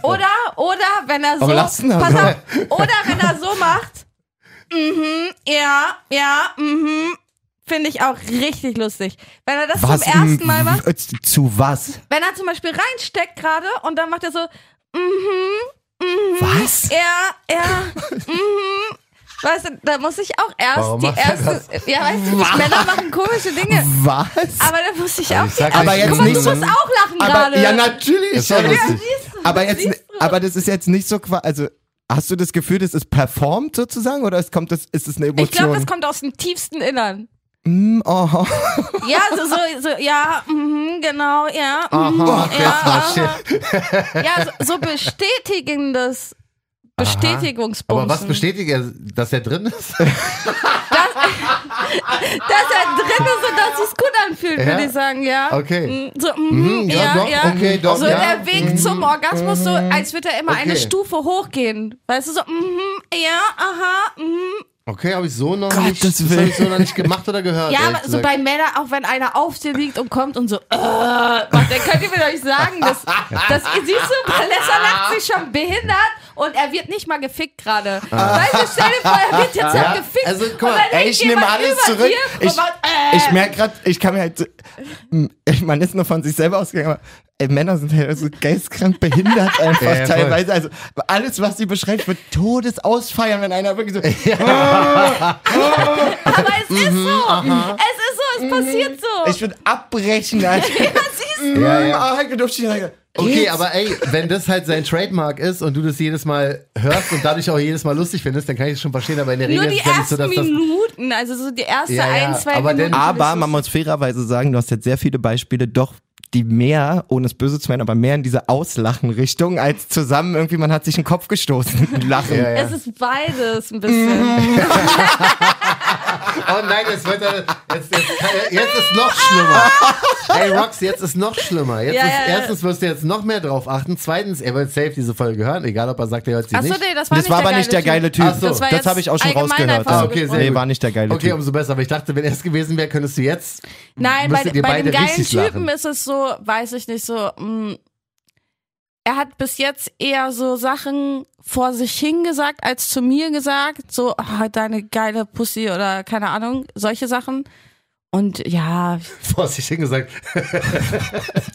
B: oder, oder wenn er so.
D: Warum lachst du denn da
B: pass
D: so?
B: auf, oder wenn er so macht. Mhm, ja, ja, mhm. Finde ich auch richtig lustig. Wenn er das zum ersten Mal Mhm. macht.
D: Zu was?
B: Wenn er zum Beispiel reinsteckt gerade und dann macht er so, mhm,
D: Was?
B: er, er, mhm. Weißt du, da muss ich auch erst
C: Warum
B: die
C: macht er
B: erste. Ja, weißt du, Männer machen komische Dinge.
D: Was?
B: Aber da muss ich auch
C: Also ich
B: die
C: sag
B: erste.
C: euch,
D: Aber jetzt
B: Guck mal,
D: nicht
B: du
D: so-
B: musst auch lachen
D: Aber,
B: gerade.
D: ja, natürlich.
C: Ist doch lustig.
D: aber, jetzt, aber das ist jetzt nicht so qua- Also, hast du das Gefühl, das ist performt sozusagen oder es kommt das, ist es eine Emotion?
B: ich glaube, das kommt aus dem tiefsten Innern.
C: Mm,
D: Hm, oh.
B: Ja, so, so, so ja, mhm, genau, ja. mhm,
C: das
B: ja, aha. ja so, so bestätigendes Bestätigungsbumsen.
C: Aber was bestätigt er, dass er drin ist?
B: Dass er drin ist und dass sich's gut anfühlt,
C: Ja?
B: würde ich sagen, ja.
C: Okay.
B: Mhm, So, mhm,
C: Mhm, ja,
B: ja, ja,
C: doch, okay, doch,
B: so
C: ja. Mhm.
B: der Weg zum Orgasmus, so als würde er immer eine
C: Okay.
B: Stufe hochgehen. Weißt du, so, mhm, ja, aha, mhm.
C: Okay, habe ich so noch nicht,
D: Gottes
C: das
D: Willen.
C: hab ich so noch nicht gemacht oder gehört.
B: Ja,
C: ehrlich
B: aber so
C: gesagt.
B: bei Männern, auch wenn einer auf dir liegt und kommt und so, äh, macht, dann könnt ihr mir doch nicht sagen, dass, dass ihr siehst du, Palessa lacht sich schon behindert und er wird nicht mal gefickt gerade.
D: Ah.
B: Weißt du, stell dir vor, er wird jetzt
C: Ja,
B: noch gefickt.
C: also,
B: und
C: guck mal,
B: dann
D: Ey,
B: liegt
D: ich nehme
B: jemand
D: alles
B: über
D: zurück.
B: dir und
D: Ich,
B: macht, äh.
D: ich merke gerade, ich kann mir halt. so- Hm, Man ist nur von sich selber ausgegangen, aber ey, Männer sind halt so geistkrank behindert einfach
C: Ja, ja, voll.
D: teilweise. Also alles, was sie beschreibt, wird Todes ausfeiern, wenn einer wirklich so.
B: Aber es ist so. Es ist so, es passiert so.
D: Mhm, Ich würde abbrechen, Alter.
B: Was siehst du?
C: Ja, ja.
D: Ah, halt mir durch die Reihe.
C: Okay,
D: Jetzt.
C: aber ey, wenn das halt sein Trademark ist und du das jedes Mal hörst und dadurch auch jedes Mal lustig findest, dann kann ich es schon verstehen, aber in der Regel
B: Nur die
C: ist es ja nicht
B: ersten
C: so, dass das.
B: Minuten, also so die erste
C: Ja, ja,
B: ein, zwei
C: aber
B: Minuten.
C: dann-
D: Aber man muss fairerweise sagen, du hast jetzt sehr viele Beispiele, doch die mehr, ohne es böse zu meinen, aber mehr in diese Auslachen-Richtung, als zusammen irgendwie, man hat sich den Kopf gestoßen. Lachen.
C: Ja, ja.
B: es ist beides ein
D: Mhm.
B: bisschen.
C: Oh nein, jetzt wird er. Jetzt, jetzt, kann er- jetzt ist noch schlimmer. Ey, Rox, jetzt ist noch schlimmer. Jetzt
B: Ja,
C: ist,
B: ja, ja.
C: Erstens wirst du jetzt noch mehr drauf achten. Zweitens, er wird safe diese Folge hören, egal ob er sagt, er hört sie
B: Ach so,
C: nicht.
B: nee, das war
D: Das
B: nicht
D: war
B: der
D: aber nicht der geile Typ.
C: Ach so.
D: Das,
C: Das
B: war
D: das
B: jetzt
D: habe ich auch schon
B: allgemein
D: rausgehört.
B: einfach so
D: Ah,
B: gesprochen.
D: Nee, war nicht der geile
C: Okay,
D: Typ.
C: umso besser. Aber ich dachte, wenn er es gewesen wäre, könntest du jetzt.
B: Nein, bei,
C: Müsstet ihr
B: bei dem
C: beide
B: geilen
C: richtig
B: Typen
C: lachen.
B: ist es so, weiß ich nicht, so, mh, mm, er hat bis jetzt eher so Sachen vor sich hingesagt als zu mir gesagt. So, ah, deine geile Pussy oder keine Ahnung, solche Sachen. Und ja,
C: Vorsichtig hingesagt.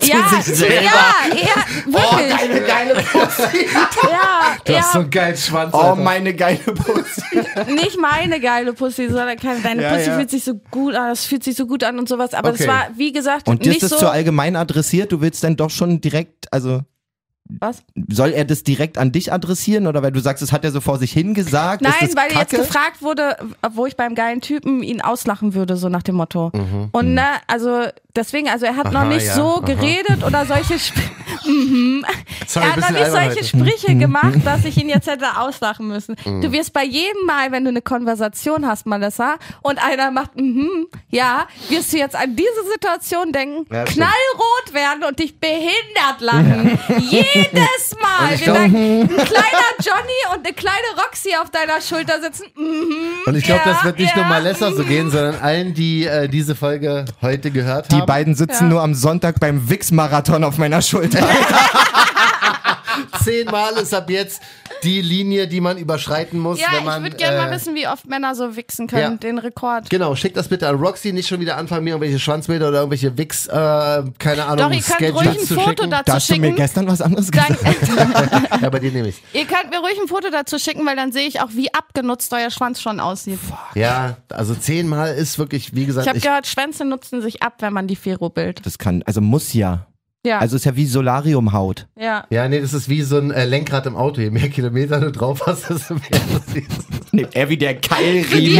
B: ja,
D: sich selber.
B: ja, eher, wirklich,
C: Oh, Deine geile Pussy.
B: ja,
C: Du hast so
B: eher,
C: einen geilen Schwanz.
D: Oh,
C: Alter.
D: meine geile Pussy.
B: nicht meine geile Pussy, sondern keine, deine
D: Ja,
B: Pussy
D: ja.
B: fühlt sich so gut an, das fühlt sich so gut an und sowas. Aber
C: Okay.
B: das war, wie gesagt,
D: Und dir
B: nicht
D: ist das
B: so,
D: zu allgemein adressiert? Du willst dann doch schon direkt, also
B: was?
D: soll er das direkt an dich adressieren? Oder weil du sagst, das hat er so vor sich hingesagt?
B: Nein,
D: ist das
B: weil
D: Kacke?
B: jetzt gefragt wurde, wo ich beim geilen Typen ihn auslachen würde, so nach dem Motto. Und ne, also deswegen, also er hat
C: Aha,
B: noch nicht
C: ja,
B: so
C: aha.
B: geredet oder solche, Sp
C: Sorry,
B: er hat noch
C: bisschen
B: nicht
C: albern
B: solche
C: heute. Hm.
B: Sprüche gemacht, dass ich ihn jetzt hätte auslachen müssen. Du wirst bei jedem Mal, wenn du eine Konversation hast, Malessa, und einer macht, mhm, ja, wirst du jetzt an diese Situation denken,
C: Ja, stimmt.
B: knallrot werden und dich behindert lachen. Jedes Mal.
C: ich
B: Wir
C: glaub-
B: denken, ein kleiner Johnny und eine kleine Roxy auf deiner Schulter sitzen, mhm.
C: Und ich glaube,
B: Ja,
C: das wird nicht
B: ja.
C: nur Malessa so gehen, sondern allen, die äh, diese Folge heute gehört
D: Die
C: haben.
D: beiden sitzen nur am Sonntag beim Wix-Marathon auf meiner Schulter.
C: Zehnmal ist ab jetzt die Linie, die man überschreiten muss,
B: Ja,
C: wenn man.
B: ich würde gerne mal
C: äh,
B: wissen, wie oft Männer so wichsen können,
C: Ja.
B: den Rekord.
C: Genau, schickt das bitte an Roxy, nicht schon wieder anfangen, mir irgendwelche Schwanzbilder oder irgendwelche Wix, äh, keine Ahnung,
B: Doch, ihr könnt ruhig ein
C: Sketches zu
B: Foto
C: Genau, schicken.
B: dazu
D: Da hast du mir
B: schicken.
D: gestern was anderes gesagt.
B: Dann,
C: Ja, bei dir nehme ich.
B: ihr könnt mir ruhig ein Foto dazu schicken, weil dann sehe ich auch, wie abgenutzt euer Schwanz schon aussieht.
C: Ja, also zehnmal ist wirklich, wie gesagt,
B: Ich habe
C: ich,
B: gehört, Schwänze nutzen sich ab, wenn man die ferobelt.
D: Das kann, also muss ja.
B: Ja,
D: Also ist ja wie Solariumhaut.
B: ja.
C: ja, nee, das ist wie so ein äh, Lenkrad im Auto. Je mehr Kilometer du drauf hast, desto mehr das ist.
D: Nimmt er wie der Keilriemen.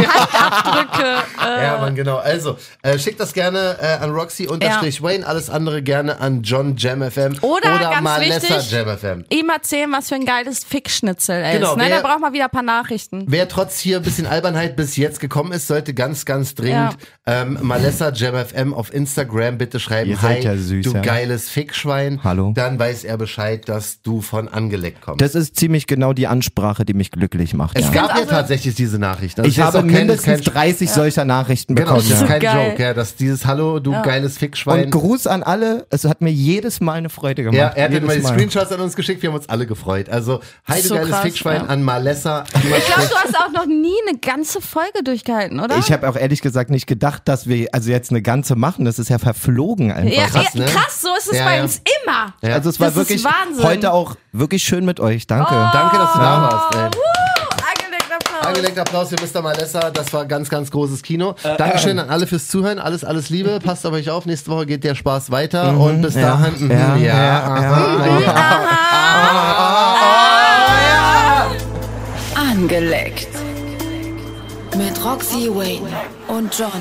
B: Die Handabdrücke. Äh,
C: Ja, Mann, genau. Also, äh, schickt das gerne äh, an Roxy unterstrich Wayne, alles andere gerne an John Jam FM
B: Oder
C: oder
B: ganz
C: Malessa
B: wichtig-
C: Jam FM.
B: Ihm erzählen, was für ein geiles Fickschnitzel er
C: Genau,
B: ist. Ne?
C: wer-
B: Da braucht man wieder ein paar Nachrichten.
C: Wer trotz hier ein bisschen Albernheit bis jetzt gekommen ist, sollte ganz, ganz dringend ähm, Malessa JamFM auf Instagram bitte schreiben.
D: Ihr seid
C: Hi,
D: ja süß,
C: du
D: ja.
C: geiles Fickschwein.
D: Hallo.
C: Dann weiß er Bescheid, dass du von angeleckt kommst.
D: Das ist ziemlich genau die Ansprache, die mich glücklich macht.
C: es
D: Ja.
C: gab ja tatsächlich diese Nachricht. Also
D: Ich
C: das ist
D: habe
C: auch kein-
D: mindestens
C: kein,
D: 30 solcher Nachrichten
C: Genau,
D: bekommen.
C: das ist
D: ja.
C: kein
B: Geil.
C: Joke, ja, dass dieses Hallo, du geiles Fickschwein.
D: Und Gruß an alle. Es hat mir jedes Mal eine Freude gemacht.
C: ja, er hat
D: jedes
C: dann mal die
D: Mal.
C: Screenshots an uns geschickt, wir haben uns alle gefreut. Also, hi, du
B: So
C: geiles
B: krass,
C: Fickschwein
B: ja.
C: an Malessa.
B: Ich glaube, du hast auch noch nie eine ganze Folge durchgehalten, oder?
D: Ich habe auch ehrlich gesagt nicht gedacht, dass wir also jetzt eine ganze machen. Das ist ja verflogen einfach.
B: ja,
C: krass,
B: krass,
C: ne?
B: krass, so ist es
C: Ja,
B: bei
C: ja.
B: uns immer.
C: Ja.
D: Also es war
B: Das ist
D: wirklich
B: Wahnsinn. Oh.
D: heute auch wirklich schön mit euch. Danke.
C: Danke, dass du da warst. Ey.
B: Angelegter Applaus.
C: Angelegter Applaus für Mr. Malessa. Das war ganz, ganz großes Kino. Dankeschön an alle fürs Zuhören. Alles, alles Liebe. Passt auf euch auf. Nächste Woche geht der Spaß weiter. Und bis dahin. mhm,
D: ja, ja,
C: aha, ja.
A: Angeleckt. Mit Roxy Wayne und John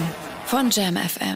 A: von Jam FM.